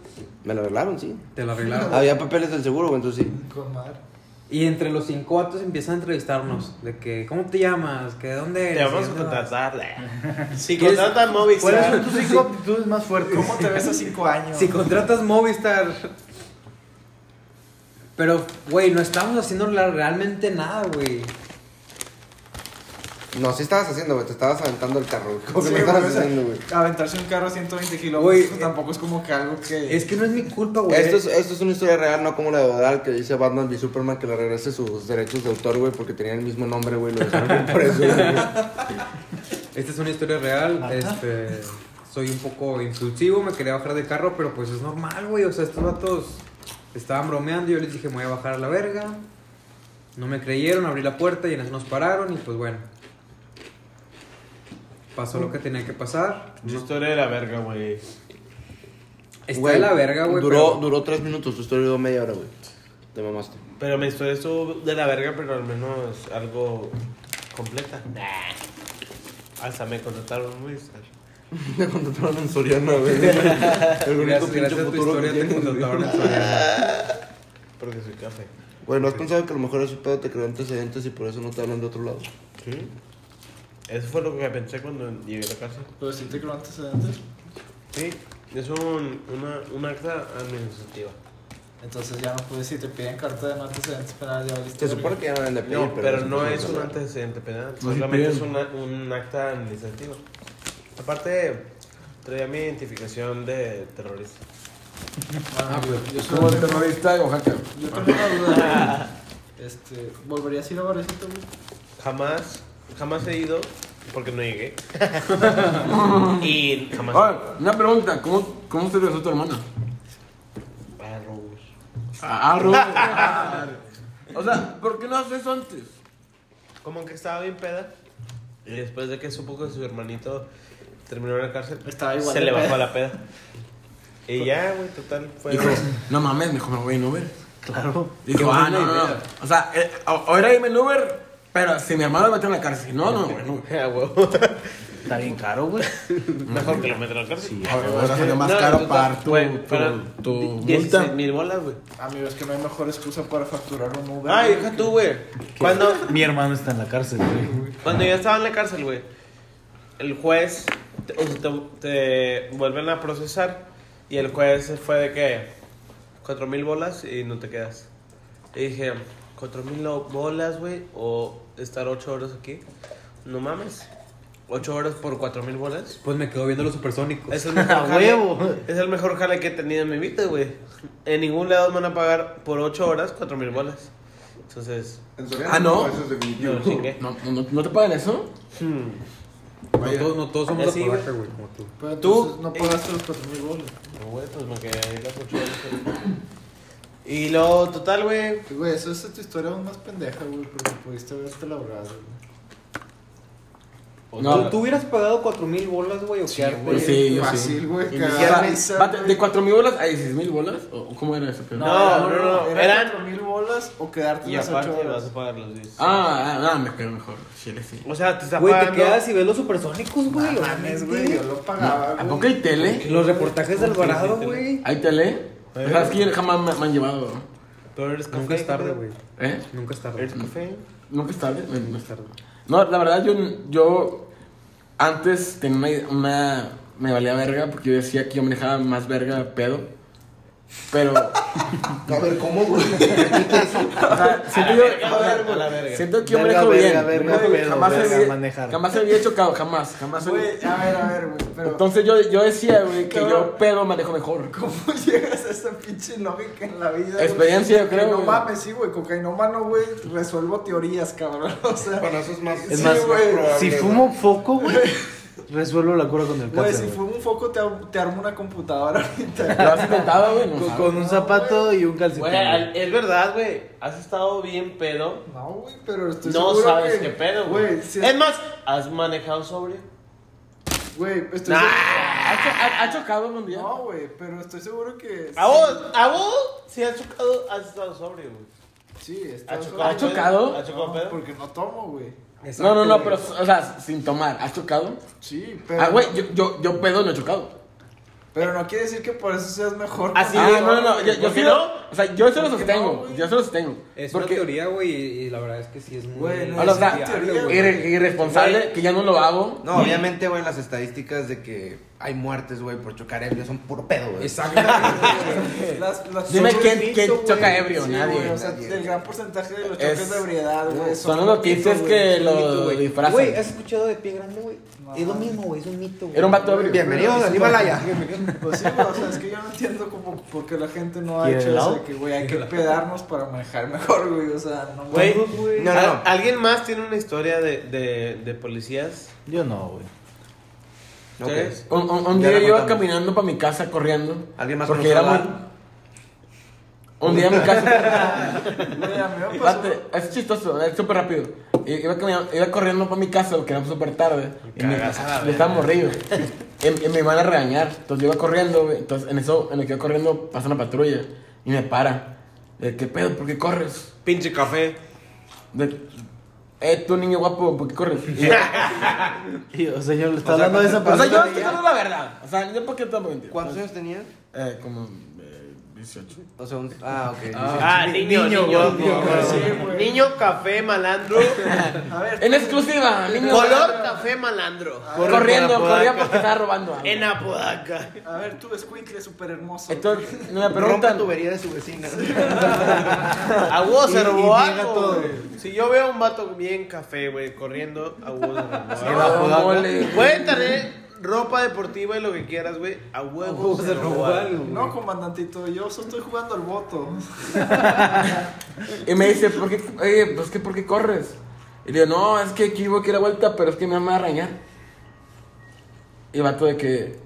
Me la arreglaron, sí. Te la arreglaron. Había papeles del seguro, güey, entonces sí. Con madre. Y entre los cinco vatos empiezan a entrevistarnos. De que, ¿cómo te llamas? ¿Que de dónde eres? Te vamos a ¿Dónde vas? contratar. Si ¿Quieres- contratan ¿Cuáles son Movistar. tus cinco aptitudes más fuertes? ¿Cómo te ves a cinco años? "Ah, Si contratas Movistar. Pero, güey, no estamos haciendo la- realmente nada, güey. No, sí estabas haciendo, güey. Te estabas aventando el carro, güey. Como que Sí, me estabas güey, o sea, haciendo, güey. Aventarse un carro a 120 Güey, kilómetros eh, tampoco es como que algo que. Es que no es mi culpa, güey. Esto es, esto es una historia real, no como la de Odal que dice Batman v Superman que le regrese sus derechos de autor, güey, porque tenían el mismo nombre, güey. Lo dejaron bien por eso, güey. Esta es una historia real. Este, soy un poco impulsivo, me quería bajar de carro, pero pues es normal, güey. O sea, estos vatos estaban bromeando y yo les dije, me voy a bajar a la verga. No me creyeron, abrí la puerta y en eso nos pararon y pues bueno. Pasó lo que tenía que pasar. Tu historia de la verga, güey. Está Güey, de la verga, güey. Duró, pero- duró tres minutos, tu historia duró media hora, güey. Te mamaste. Pero mi historia estuvo de la verga, pero al menos algo completa. Hasta me contrataron Movistar. Me contrataron en Soriana, güey. El único Gracias, pinche gracias a tu futuro que historia te tienes, güey. contrataron en Soriana. Porque soy café. Güey, ¿no has pensado que a lo mejor ese pedo te creó antecedentes y por eso no te hablan de otro lado? Sí. Eso fue lo que pensé cuando llegué a la casa. Pero si te creo antecedentes. Sí. Es un, una, una acta administrativa. Entonces ya no puedes, si te piden carta de no antecedentes penales, ya valiste. Se supone que ya no han de pedir, No, pero eso no es se un sabe. antecedente penal. No, sí, Solamente es pero- una- un acta administrativa. Aparte, traía mi identificación de terrorista. Ah, Bueno, pues. yo solo Como el tengo, terrorista de Oaxaca. yo tengo una duda. Este, ¿Volverías a ir a Varecito, güey? Jamás, jamás he ido porque no llegué. y jamás. Ahora, una pregunta, ¿cómo, cómo se besó tu hermana? Perros. Ah, ah, Rubén. O sea, ¿por qué no haces eso antes? Como que estaba bien peda. Y después de que supo que su hermanito terminó en la cárcel, Estaba igual se de le bajó peda. a la peda. Y ya, Pues, güey, total. Fue Dijo, no mames, mejor me voy en Uber. Claro. Dijo, ah, no, no, no. O sea, eh, ahora irme en Uber, pero si mi hermano me metió en la cárcel. No, no, güey, no. güey. Ah, huevo. Está bien caro, güey. Mejor que lo metan a la cárcel. A ver, Ahora salió más No, caro total, pagar tu, güey, tu, fueron tu die- multa. 16 mil bolas, güey. Amigo, es que no hay mejor excusa para facturar un Uber. Ay, güey, deja que- tú, güey. Cuando, Mi hermano está en la cárcel, güey. cuando yo estaba en la cárcel, güey, el juez, te- o sea, te, te vuelven a procesar y el juez fue de que cuatro mil bolas y no te quedas. Y dije, cuatro mil no- bolas, güey, o estar ocho horas aquí. No mames. Ocho horas por cuatro mil bolas. Pues me quedo viendo los supersónicos. Es el mejor A jale, huevo. es el mejor jale que he tenido en mi vida, güey. En ningún lado me van a pagar por ocho horas cuatro mil bolas. Entonces, En Soriana, Ah, ¿no? Eso es definitivo. yo chingué. No, no, ¿No te pagan eso? Hmm. No todos, no todos somos Así, de güey. coraje, güey, como tú. Pero Tú- entonces no pagaste los 4 mil bolas. No, güey, pues me quedé ahí las ocho horas, güey. Y luego, total, güey. Que, Güey, eso es tu historia aún más pendeja, güey, porque pudiste haberte labrado, güey. pues, ¿Tú, tú hubieras pagado cuatro mil bolas, güey, Ah, o quedarte- güey. Sí, yo sí. Fácil, güey, Y cagar ya, risa, bate- güey. ¿De 4 mil bolas a 16 mil bolas? ¿O cómo era eso? Ah, No, no, no, eran- Eran 4 mil bolas o quedarte Y las 8 aparte vas horas. a pagar los 10. Ah, ah, ah, me quedo mejor. Chile, sí. O sea, te está Güey, te pagando. quedas y ves los supersónicos, güey. No obviamente. mames, güey, yo lo pagaba, ¿A güey. poco hay tele? Los reportajes de Alvarado, güey. ¿Hay tele? ¿Sabes que yo jamás me, me han llevado? Pero eres café. Nunca es tarde, ¿qué pedo? güey. ¿Eh? Nunca es tarde. Eres café. Nunca es tarde. No, no Nunca es es tarde. No, la verdad, yo, yo antes tenía una, una- Me valía verga porque yo decía que yo manejaba más verga pedo. Pero. o A ver, ¿cómo, güey? sea, siento, yo, verga, o sea, verga, la verga. siento que yo Verga, manejo verga, bien. verga, Nunca- verga, jamás, verga, había, manejar. jamás había chocado, jamás. jamás había- Güey, a ver, a ver, güey, pero... Entonces yo, yo decía, güey, que Cabrón. yo pedo manejo mejor. ¿Cómo llegas a esa pinche lógica en la vida? güey? Experiencia, yo Que creo, No güey. mames, sí, güey. Cocainómano, güey. Resuelvo teorías, cabrón. O sea. Bueno, eso es más- Sí, es más- güey. más Sí, Si fumo foco, güey, resuelvo la cura con el Güey, si cáncer. güey. fumo un foco, te, ar- te armo una computadora ahorita. Lo has intentado, güey. No, Con, sabes. con un zapato y un calcetín. Güey, al- es verdad, güey. Has estado bien pedo. No, güey, pero estoy No seguro. sabes que- qué pedo, güey. güey. si- Es más, ¿has manejado sobrio? Güey, estoy Nah. ¿Ha, cho- ha- ha chocado algún seguro. día? No, güey, pero estoy seguro que. ¿A vos? ¿A vos? Si has chocado, has estado sobrio, güey. Sí, está ¿Has chocado? ¿Ha sobrio. chocado? ¿Has chocado No, pedo? Porque no tomo, güey. No, no, no, pero, o sea, sin tomar. ¿Has chocado? Sí, pero. Ah, güey, yo, yo, yo pedo no he chocado. Pero no quiere decir que por eso seas mejor. Así Ah, de- no, no, no, yo- yo ¿Por sí qué lo- no? O sea, yo se lo ¿Por qué no, sostengo. güey? yo se lo sostengo. Es una porque teoría, güey, y, y la verdad es que sí es muy... Güey, no o sea, es está viable, irre- güey. irresponsable Güey. que ya no lo hago. No, obviamente, güey, las estadísticas de que hay muertes, güey, por chocar ebrio son puro pedo, güey. Exactamente. las, las Dime son quién- un quién mito, choca güey. ebrio, Sí, nadie. güey, o sea, Nadie. el gran porcentaje de los Es- choques de ebriedad, güey. Son un unos noticias mito, que güey. lo disfrazan. Güey, ¿has escuchado de pie grande, güey? No. es lo mismo, güey, es un mito, güey. Era un vato ebrio. Bienvenidos al Himalaya. Pues sí, güey, o sea, es que yo no entiendo como por qué la gente no ha ¿Y el hecho eso de helado? que, güey, hay que pedarnos para manejar mejor, güey. O sea, no Güey, mames, No, no, ¿al- no. ¿Alguien más tiene una historia de, de, de policías? Yo no, güey. Ok. ¿Ustedes? Un, un- un Ya la día yo contamos. caminando para mi casa corriendo. ¿Alguien más Porque era conoce a muy. Adán? Un día en mi casa. Güey, a mí me pasó- Espérate, es chistoso, es súper rápido. I- Iba, caminando- iba corriendo para mi casa porque era súper tarde. Y mi, Cagas a la yo estaba morrido. Y, y me iban a regañar. Entonces yo iba corriendo. güey. Entonces en eso, en lo que iba corriendo, pasa una patrulla. Y me para. De, ¿Qué pedo? ¿Por qué corres? Pinche café. De, eh, tú niño guapo, ¿por qué corres? Y yo, Y, o sea, yo le estaba hablando de esa o sea, yo persona. estoy hablando la verdad. O sea, yo por qué te voy a mentir. ¿Cuántos años tenías? Eh, como eh, 18. O sea, un... Ah, ok. Ah, niño, niño. Niño, Sí, güey. Niño café malandro. A ver, En exclusiva, niño. Ah. Color café malandro. corriendo, por corría Apodaca. porque estaba robando. algo. En Apodaca. a ver, tú, escuincle, súper hermoso. Entonces, me Rompe preguntan. tubería de su vecina. A vos Y- se y robó niega algo, todo. güey. Si yo veo a un vato bien café, güey, corriendo, a vos se En robó algo. Apodaca. Mole. Pueden tener ropa deportiva y lo que quieras, güey. A huevos se robó algo. No, comandantito, yo solo estoy jugando al voto. Y me dice, ¿por qué, oye, pues que por qué corres? Y le digo, no, es que aquí voy a ir a vuelta, pero es que mi mamá va a arañar. Y el vato de que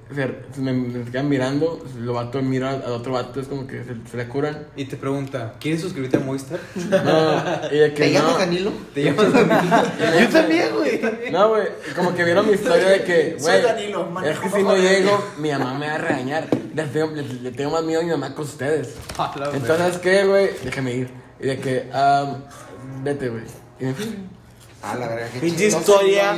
se, me, me quedan mirando, el vato mira al otro vato, es como que se, se le curan. Y te pregunta, ¿quieres suscribirte a Movistar? No, y de que ¿Te llamas no. Danilo? Te llamas a Yo también, güey. No, güey, como que vieron mi historia de que, Soy güey, Danilo, es manejo que si bajo de- no llego, mi mamá me va a regañar. Le tengo, le- le tengo más miedo a mi mamá que a ustedes. la verga. Entonces, ¿qué, güey? Déjame ir. Y de que, ah, vete, güey. Y me fui. Ah, la verdad que Pinche historia.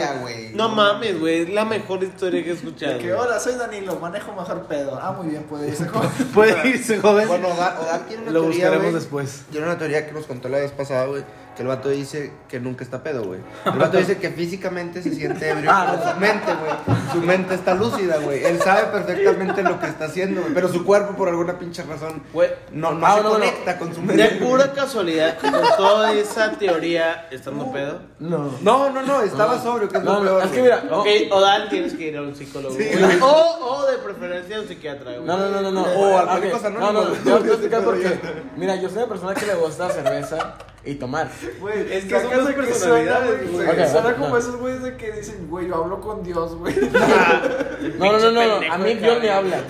No mames, güey. Es la mejor historia que he escuchado. De que, güey. hola, soy Danilo, manejo mejor pedo. Ah, muy bien, puede irse con... Puede irse, Pues, joven. Bueno, Odal, Odal tiene una Lo teoría, buscaremos güey. después. Tiene una teoría que nos contó la vez pasada, güey. Que el vato dice que nunca está pedo, güey. El vato dice que físicamente se siente ebrio. Ah, pero su mente, güey. Su mente está lúcida, güey. Él sabe perfectamente lo que está haciendo, güey. Pero su cuerpo, por alguna pinche razón, Güey, no, no Ah, se no, no. conecta con su De mente. pura casualidad, con toda esa teoría, estando pedo. No. No, no, no. Estaba sobrio, que es lo Ah. No, peor. es que güey. mira, Ok, Odal, tienes que ir a un psicólogo. güey. O, o de preferencia a un psiquiatra, güey. No, no, no, no, no. Ok, O Alcohólicos No, no, Anónimos. te voy a explicar por qué. Mira, yo soy una persona que le gusta cerveza y tomar. Güey, Es que son sacas dos de que suena, personalidades, güey. güey. Suena Ok, como no. esos güeyes de que dicen, güey, yo hablo con Dios, güey. No, no, no, no, no. A mí Pinche Dios me pendejo de habla.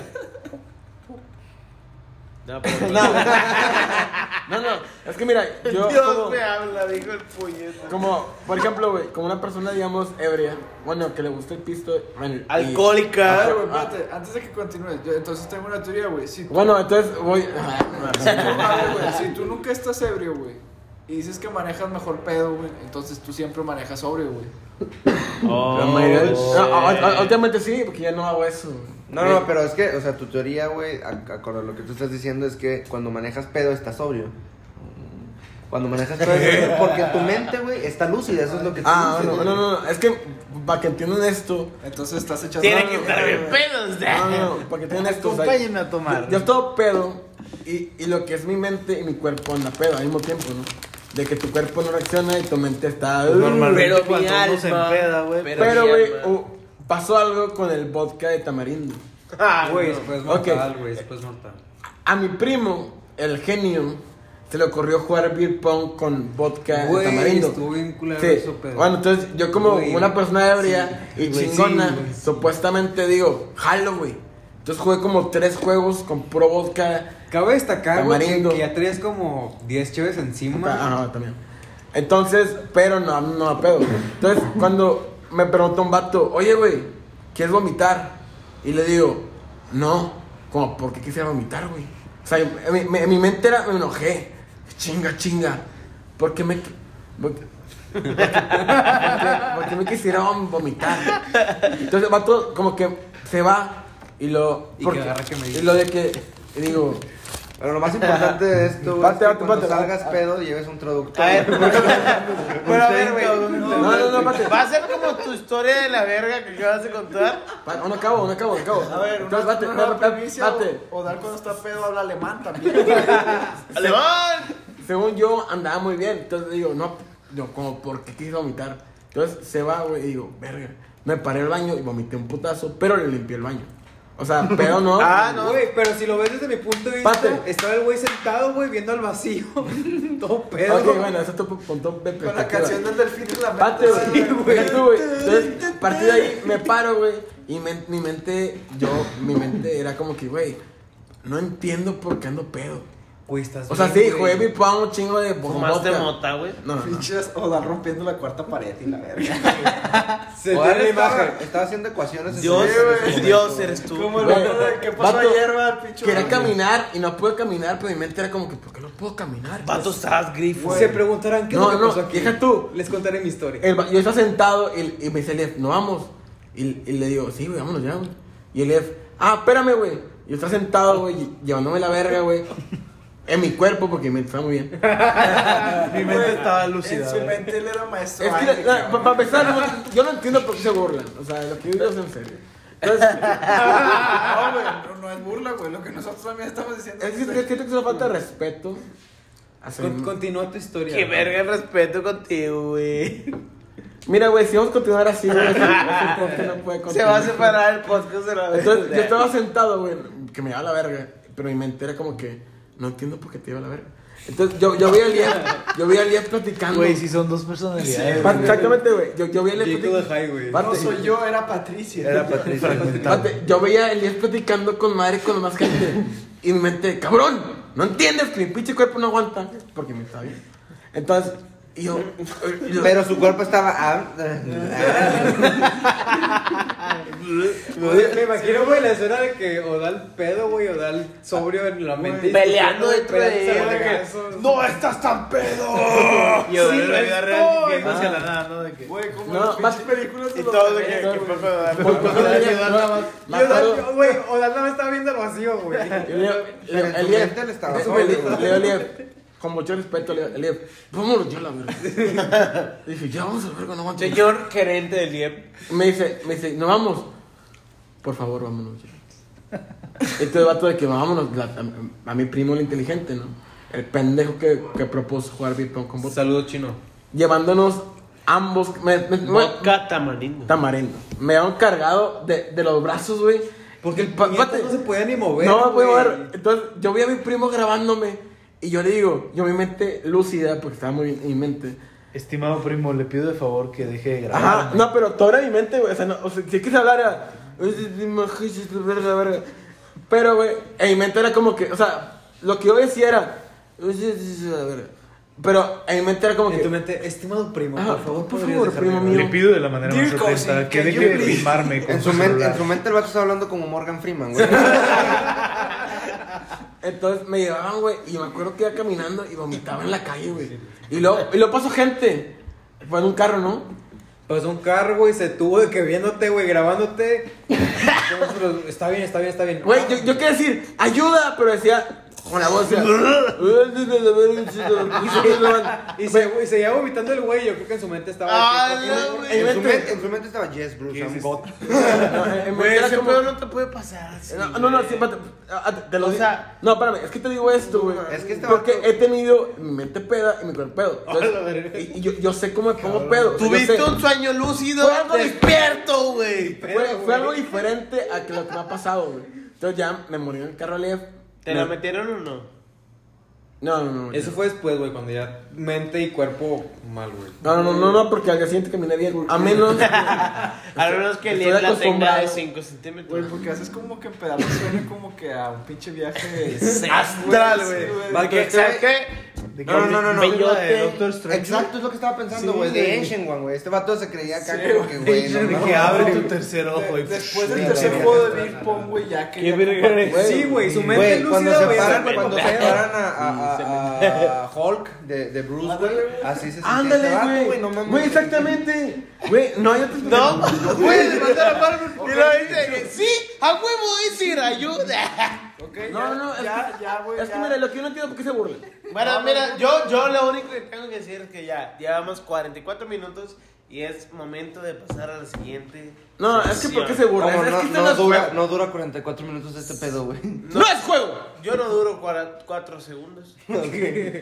No, pero- No, no, es que mira, yo Dios como, me habla, dijo el puñeta. como, por ejemplo, güey, como una persona, digamos, ebria, bueno, que le gusta el pisto. bueno, y- Alcohólica. Ah, Pero, güey, espérate, antes de que continúes, yo entonces tengo una teoría, güey. Si tú, Bueno, entonces voy. Ah, güey, si tú nunca estás ebrio, güey, y dices que manejas mejor pedo, güey, entonces tú siempre manejas sobrio, güey. Oh. La mayoría de- No, ah, a- a- Últimamente sí, porque ya no hago eso. No, no, pero es que, o sea, tu teoría, güey, a- acorde a lo que tú estás diciendo, es que cuando manejas pedo estás sobrio. Cuando manejas pedo estás sobrio porque tu mente, güey, está lúcida, eso es lo que tú Ah, dices, no, no, güey. no, no, es que para que entiendan esto, Entonces estás echando. Tiene no, que no, estar no, bien no. pedos. No, no, no, porque tienen esto. o sea, Acompáñenme a tomar. Yo estoy pedo y, y lo que es mi mente y mi cuerpo anda pedo al mismo tiempo, ¿no? De que tu cuerpo no reacciona y tu mente está. uh, Normalmente Pero mi cuando uno se alma. empeda, güey. Pero, Pero, mi güey, alma. oh, pasó algo con el vodka de tamarindo. Ah, Güey, güey. después Ok. mortal, güey, después mortal. A mi primo, el genio, se le ocurrió jugar beer pong con vodka Güey, de tamarindo. estuvo bien culero eso, pero- Bueno, entonces yo como Güey. una persona ebria Sí. y Güey, sí, chingona, güey, sí. supuestamente digo, jalo, güey. Entonces jugué como tres juegos con pro vodka. Cabe destacar, güey, que- Tamarindo. que ya traías como 10 cheves encima. Ah, ah, también. Entonces, pero no, no a pedo. Entonces, cuando me preguntó un vato, oye, güey, ¿quieres vomitar? Y le digo, no, como, ¿por qué quisiera vomitar, güey? O sea, en mi, me- en mi mente era, me enojé. Chinga, chinga. ¿Por qué me... qui- por qué- ¿Por qué me quisieron vomitar? Entonces el vato como que se va y lo... Y que porque- agarra que me y dice. lo de que... y digo, Pero lo más importante de esto, güey, Pate, es que pate, cuando pate, salgas pate. pedo, lleves un traductor. A ver, pero a ver, güey. No, no, no, pate. Va a ser como tu historia de la verga que acabas de contar. Pa- No, no acabo, no acabo, no acabo. A ver, una, Entonces, pate, una pate, nueva pate, primicia, pate. o, o dar cuando está pedo habla alemán también. ¡Alemán! Según yo andaba muy bien, entonces digo, no, yo como porque quise vomitar. Entonces se va, güey, y digo, verga. Me paré el baño y vomité un putazo, pero le limpié el baño. O sea, pero no. Ah, no. Güey, pero si lo ves desde mi punto de vista, Pate. estaba el güey sentado, güey, viendo al vacío. Todo pedo. Ok, bueno, eso te contó de Con la perspectiva. canción del delfín en la Pate, mente. güey. Deja tú, güey. Entonces, a partir de ahí me paro, güey. Y men- mi mente, yo, mi mente era como que, güey, no entiendo por qué ando pedo. Güey, estás O sea, bien, sí, güey. jugué mi pa un chingo de bo- Fumaste vodka. mota, güey. No, no, no. Pinches, o dar rompiendo la cuarta pared y la verga. Se Joder, tiene la estaba- imagen. Estaba haciendo ecuaciones. Dios, en su mente en ese Dios momento, eres tú. Como el Güey, vato de que pasó vato, ayer, va, el pinche. Quería vato. caminar y no pude caminar, pero mi mente era como que, ¿por qué no puedo caminar? Pues, Vato, estás grifo. Se preguntarán qué No, es lo que no, pasó aquí. deja tú. Eh, Les contaré mi historia. El va- yo estaba sentado y, y me dice el Ef, no vamos. Y, y le digo, sí, güey, vámonos ya, güey. Y el Ef, ah, espérame, güey. Y yo estaba sentado, güey, y- llevándome la verga, güey. En mi cuerpo, porque me estaba muy bien. Mi mente estaba En lúcida. su güey. mente él era maestro. Es que, Ay, para cabrón. empezar, no- yo no entiendo por qué se burlan. O sea, lo que yo digo es en serio. Entonces, No, güey, no, no es burla, güey. Lo que nosotros también estamos diciendo es que yo siento que es una falta de respeto. hacia Con- mí. continúa tu historia. Qué verga el respeto contigo, güey. Mira, güey, si vamos a continuar así, güey, ese- ese podcast no puede Se va a continuar. separar el podcast de la verga. Entonces, yo estaba sentado, güey, que me iba a la verga, pero mi mente era como que, no entiendo por qué te iba a la verga. Entonces, yo, yo vi a Elías, yo vi a Elías platicando. Güey, sí son dos personalidades. Pa- Exactamente, güey, yo, yo vi a Elías Jake platicando. High, güey. Parte- No soy yo, era Patricia. Era Patricia. Espérate, yo veía a Elías platicando con madre con más gente. Y mi mente, cabrón, no entiendes que mi pinche cuerpo no aguanta. Porque me está bien. Entonces, y yo. y yo- Pero su cuerpo estaba. ah, Oye, Me imagino, güey, la escena de que o da el pedo, güey, o da el sobrio en la mente. Peleando dentro de Peleándose ella, a de que, vergazos. ¡No estás tan pedo! Y yo, Sí, de la vida estoy. real, viendo hacia la nada, ¿no? De que... Güey, como No, las más- pinches películas de Y los todo de que... noventas, que güey. papá, da- Por- por- papá, da- Elías, da- no, da- da- me Y Odal, acuerdo- güey, Odal nada más estaba viendo el vacío, güey. Yo le digo, Pero en tu Eliev, mente le estaba eh, solo, le- güey. le digo, Eliev, con mucho respeto, le digo, Eliev, vámonos ya la verga. Dije, ya vamos a ver, no aguanto. Señor gerente del IEP. Me dice, me dice, no vamos. Por favor, vámonos ya. Este vato de que vámonos, la- a, a mi primo el inteligente, ¿no? El pendejo que, que propuso jugar beer pong con vodka. Saludos, chino. Llevándonos ambos, me, me, me- Vodka tamarindo. tamarindo. Me han cargado de, de los brazos, güey. Porque el Pa- puñetazo pate- no se podía ni mover. no, güey, güey. ver. Entonces, yo vi a mi primo grabándome y yo le digo, yo mi mente lúcida, porque estaba muy en mi mente. Estimado primo, le pido de favor que deje de grabar. Ajá, no, pero todo era mi mente, güey. O sea, no, o sea si es que se hablara. verga, verga. Pero, güey, en mi mente era como que, o sea, lo que yo decía era. Pero en mi mente era como En tu que. mente, estimado primo, Ajá, por favor, Ah, por podrías favor, dejarme primo ver? mío. Le pido de la manera Dear más cousin, atenta que can deje you de please? filmarme con En su, mente, celular. en su mente el vato estaba hablando como Morgan Freeman, güey. Entonces me llevaban, güey, y me acuerdo que iba caminando y vomitaba en la calle, güey. Y luego, y luego pasó gente. Fue en un carro, ¿no? Pasó Pues, un carro, güey, se tuvo de que viéndote, güey, grabándote. Nosotros, está bien, está bien, está bien. Güey, yo, yo quería decir, ayuda, pero decía con la voz. decía, en Y se, güey, se iba vomitando el güey, yo creo que en su mente estaba... Ah, de que, la por favor, güey. mi En su, mente- mente, en su mente estaba Yes, Bruce, I'm God. en mi Güey, mente era ese como- pedo no te puede pasar así, No, no, no, güey. sí, espérate, ah, ah, te lo O digo. sea- No, espérame, es que te digo esto, güey. Es que este Porque vato- he tenido mi mente peda y mi cuerpo pedo. Entonces, Hola, verga. y, y yo, yo sé cómo me pongo pedo. o sea, yo Tuviste sé- un sueño lúcido, Fue algo de- despierto, güey. Fue, fue algo diferente a que lo que me ha pasado, güey. Entonces ya me morí en el carro Lev. ¿Te la metieron o no? No, no, no. Eso fue después, güey, cuando ya mente y cuerpo mal, güey. No, no, no, no, porque al día siguiente caminé bien. A menos. Al menos que el Estoy IEP la tenga acostumbrado. de 5 Güey, centímetros. porque haces como que en pedazos suena como que a un pinche viaje Astral, Sí, güey. güey. Porque, pues, ¿sabes qué? No, no, no, no. Bellote. Doctor Strange. Exacto, es lo que estaba pensando, Sí, güey. de güey. Ancient One, güey. Este vato se creía acá Sí, como que, güey. "Ah, no De mames. que abre tu tercer ojo y Después del Sí, tercer güey. juego de Big Pong, güey, ya que. Qué ya verga como- eres. Sí, güey, su mente Güey, cuando lúcida, se güey, paran, era cuando se pendejo. paran a, a- a- a Hulk de, de Bruce, güey, así se sentía este vato, Ándale, güey. no mames. Güey, exactamente. Güey, no hay otro. No, güey, le mandó la mano y lo dice, sí, a huevo es ir, ayuda. Ok, ¿ok? No, ya, no, es ya, que, ya, güey. es que ya. mira, lo que yo no entiendo por qué se burla. Bueno, mira, yo, yo lo único que tengo que decir es que ya llevamos 44 minutos y es momento de pasar a la siguiente. No, es que sección. por qué se burla. Como Es, no, que esto no no, es dura, juego. no dura 44 minutos este pedo, güey. No es juego. Yo no duro 4 segundos.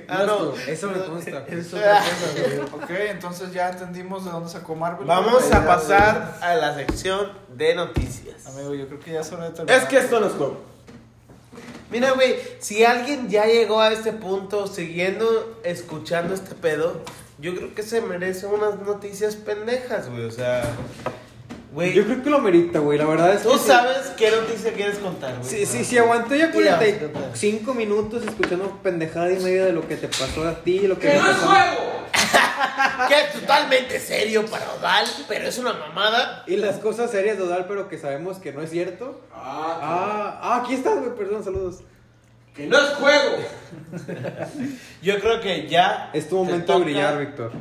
Ah, no. Ah, Eso me consta. Ok, entonces ya entendimos de dónde sacó Marvel. Vamos a Ya, pasar a la sección de noticias. güey. Amigo, yo creo que ya es hora de terminar. Es que esto no es juego. Mira, güey, si alguien ya llegó a este punto siguiendo, escuchando este pedo, yo creo que se merece unas noticias pendejas, güey. O sea, Yo güey, creo que lo merita, güey. La verdad es que. tú sí. sabes qué noticia quieres contar, güey. Si, si, si aguanté ya Mira, 45 minutos escuchando pendejada y media de lo que te pasó a ti y lo que ¡Que me no es pasó a mí. juego! Que es totalmente serio para Odal, pero es una mamada. Y las cosas serias de Odal, pero que sabemos que no es cierto. Ah, ah aquí estás, güey. Perdón, saludos. ¡Que no es juego! Yo creo que ya Es tu te momento de toca brillar, Víctor.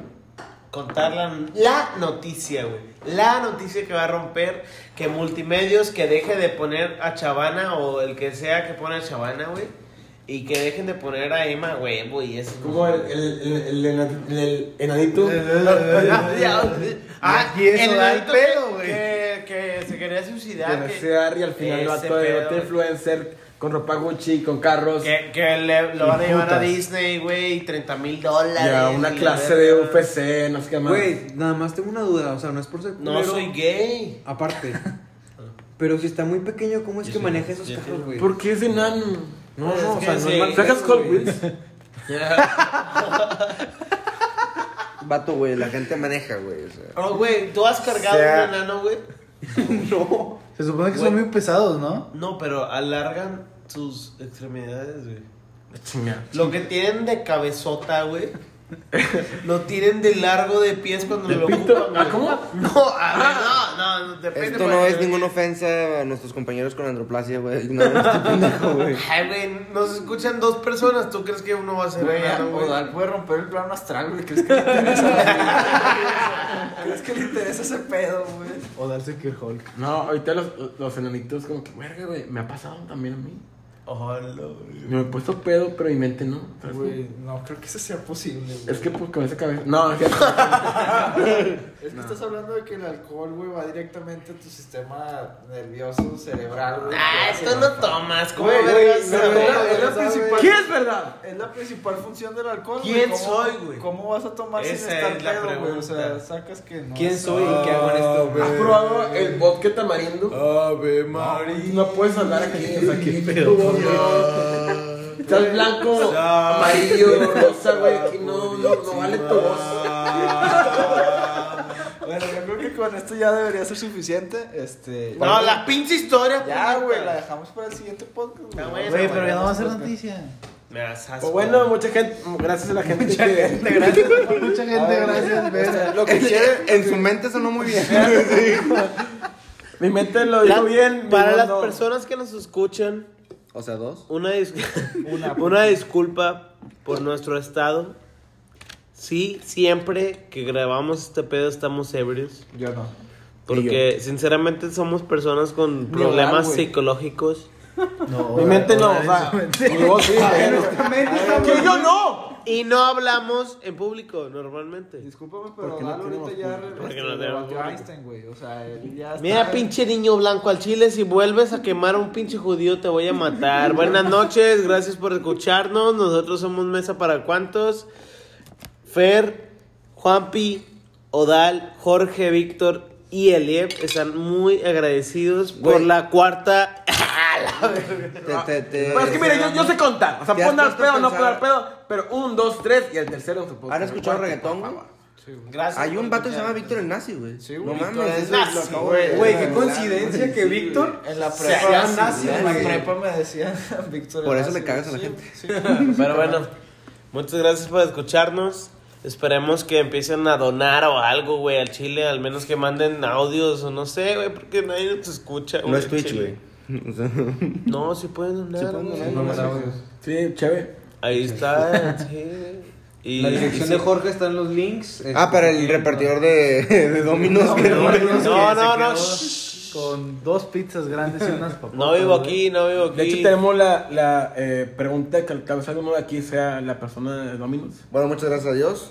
Contar la, la noticia, güey. La noticia que va a romper que Multimedios que deje de poner a Chavana o el que sea que pone a Chavana, güey. Y que dejen de poner a Emma, güey, güey. Es... Como el, el, el, el, el- el Eh, enanito. Ah, ya, güey. Ah, Y eso el da adicto el que- pedo, güey. Que, que se quería suicidar. Que Que, se agarre y al final el Ese vato de pedo, vato güey. influencer con ropa Gucci, con carros. que- que le- lo van a llevar a putas. Disney, güey, 30 mil dólares. Ya, una y la clase de verga. UFC, no sé qué más. Güey, nada más tengo una duda. O sea, no es por ser. No culero, soy gay. Aparte. Pero si está muy pequeño, ¿cómo es que maneja esos carros, güey? ¿Por qué es enano? No, Es no, o que sea, no sí. es mal ¿Sacas pedo, Hot güey. Wheels? Vato, güey, la gente maneja, güey. O sea. Oh, güey, ¿tú has cargado Sea- un enano, güey? No. Se supone que son muy pesados, ¿no? No, pero alargan sus extremidades, güey. Chinga. Lo que tienen de cabezota, güey. lo tienen de largo de pies cuando lo ocupan, güey. ¿Ah, cómo? No, a ver, no, no, no, depende. Esto güey. no es ninguna ofensa a nuestros compañeros con androplasia, güey. No, este pendejo, güey. Ay, güey, nos escuchan dos personas. ¿Tú crees que uno va a ser Güey, ya, enano, güey? Odal puede romper el plano astral, güey. ¿Crees que le interesa? güey? ¿Crees que le interesa ese pedo, güey? O darse que Hulk. No, ahorita los, los enanitos como que, verga, güey, me ha pasado también a mí. Ojalá, güey. Me he puesto pedo, pero mi mente no. ¿sabes? Güey, no creo que eso sea posible, güey. Es que pues con esa cabeza... No, es cierto. Es que estás hablando de que el alcohol, güey, va directamente a tu sistema nervioso, cerebral, güey. Ah, que esto hace- no tomas. ¿Cómo Güey, vergas güey, sabes? no, no, no, Güey, no, principal- ¿Qué es verdad? Es la principal función del alcohol, güey. ¿Quién ¿Cómo- soy, güey? ¿Cómo vas a tomar sin Esa estar es la pedo, güey? O sea, pregunta. sacas que no. ¿Quién es- soy y qué hago en esto, ¿Has güey? probado el vodka tamarindo? Ave No puedes hablar aquí. O sea, qué pedo. Estás blanco, amarillo, rosa, güey. aquí No, no, no vale tu voz. Bueno, yo creo que con esto ya debería ser suficiente. Este. No, la pinche historia. Ya, puñeta. güey, la dejamos para el siguiente podcast, Ya, güey. güey. Güey, pero ya no va a ser noticia. Me das asco. Pues bueno, mucha gente, gracias a la gente que... Mucha A gente, ver, gracias, Vera. Lo que quiere, en su mente sonó muy bien. Mi mente lo dijo bien. mi Para voz las no. personas que nos escuchan, O sea, dos. una, dis- una disculpa por nuestro estado. Sí, siempre que grabamos este pedo estamos ebrios. Yo no. Porque sinceramente somos personas con Ni hablar, problemas güey. psicológicos. Mi mente no, o sea, mi voz sí. ¡Que yo no! Y no hablamos en público normalmente. Discúlpame, pero Dal ahorita ya Porque no este, tenemos debatió público. Einstein, güey. O sea, él ya está. Mira, pinche niño blanco al chile, si vuelves a quemar a un pinche judío te voy a matar. Buenas noches, gracias por escucharnos. Nosotros somos Mesa para Cuantos. Fer, Juanpi, Odal, Jorge, Víctor y Elieb están muy agradecidos por Güey. la cuarta. Te, te, te- Pero es que mira, yo, yo sé contar. O sea, ¿Te has puedo dar puesto pedo, a no puedo dar pensar? pedo. Pero un, dos, tres y el tercero se puede. ¿Han escuchado Cuarto, reggaetón, por güey? favor. Gracias. Hay un por vato que se llama escuchar. Víctor el Nazi, güey. Sí, no güey, mames. Víctor el eso lo Nazi, acabo güey. de- Güey, qué coincidencia que Sí, Víctor güey. en la se hacía prepa, nazi, en la güey. prepa me decían Víctor. Por el eso nazi, le cagas a la sí, gente. sí. Pero bueno, muchas gracias por escucharnos. Esperemos que empiecen a donar o algo, güey, al Chile. Al menos que manden audios o no sé, güey, porque nadie nos escucha, güey. No al es Twitch, chile. güey. No, sí pueden donar. güey. Sí, chévere. Ahí está, sí. güey. Y, La dirección y de sí. Jorge está en los links. Este, Ah, para el repartidor de, de dominos. que- No, no, no. se shh. con dos pizzas grandes y unas papas. No vivo aquí, no vivo aquí. De hecho, tenemos la, la eh, pregunta que al cabezal de aquí sea la persona de Dominos. Bueno, muchas gracias a Dios.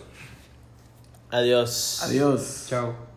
Adiós. Adiós. Chao.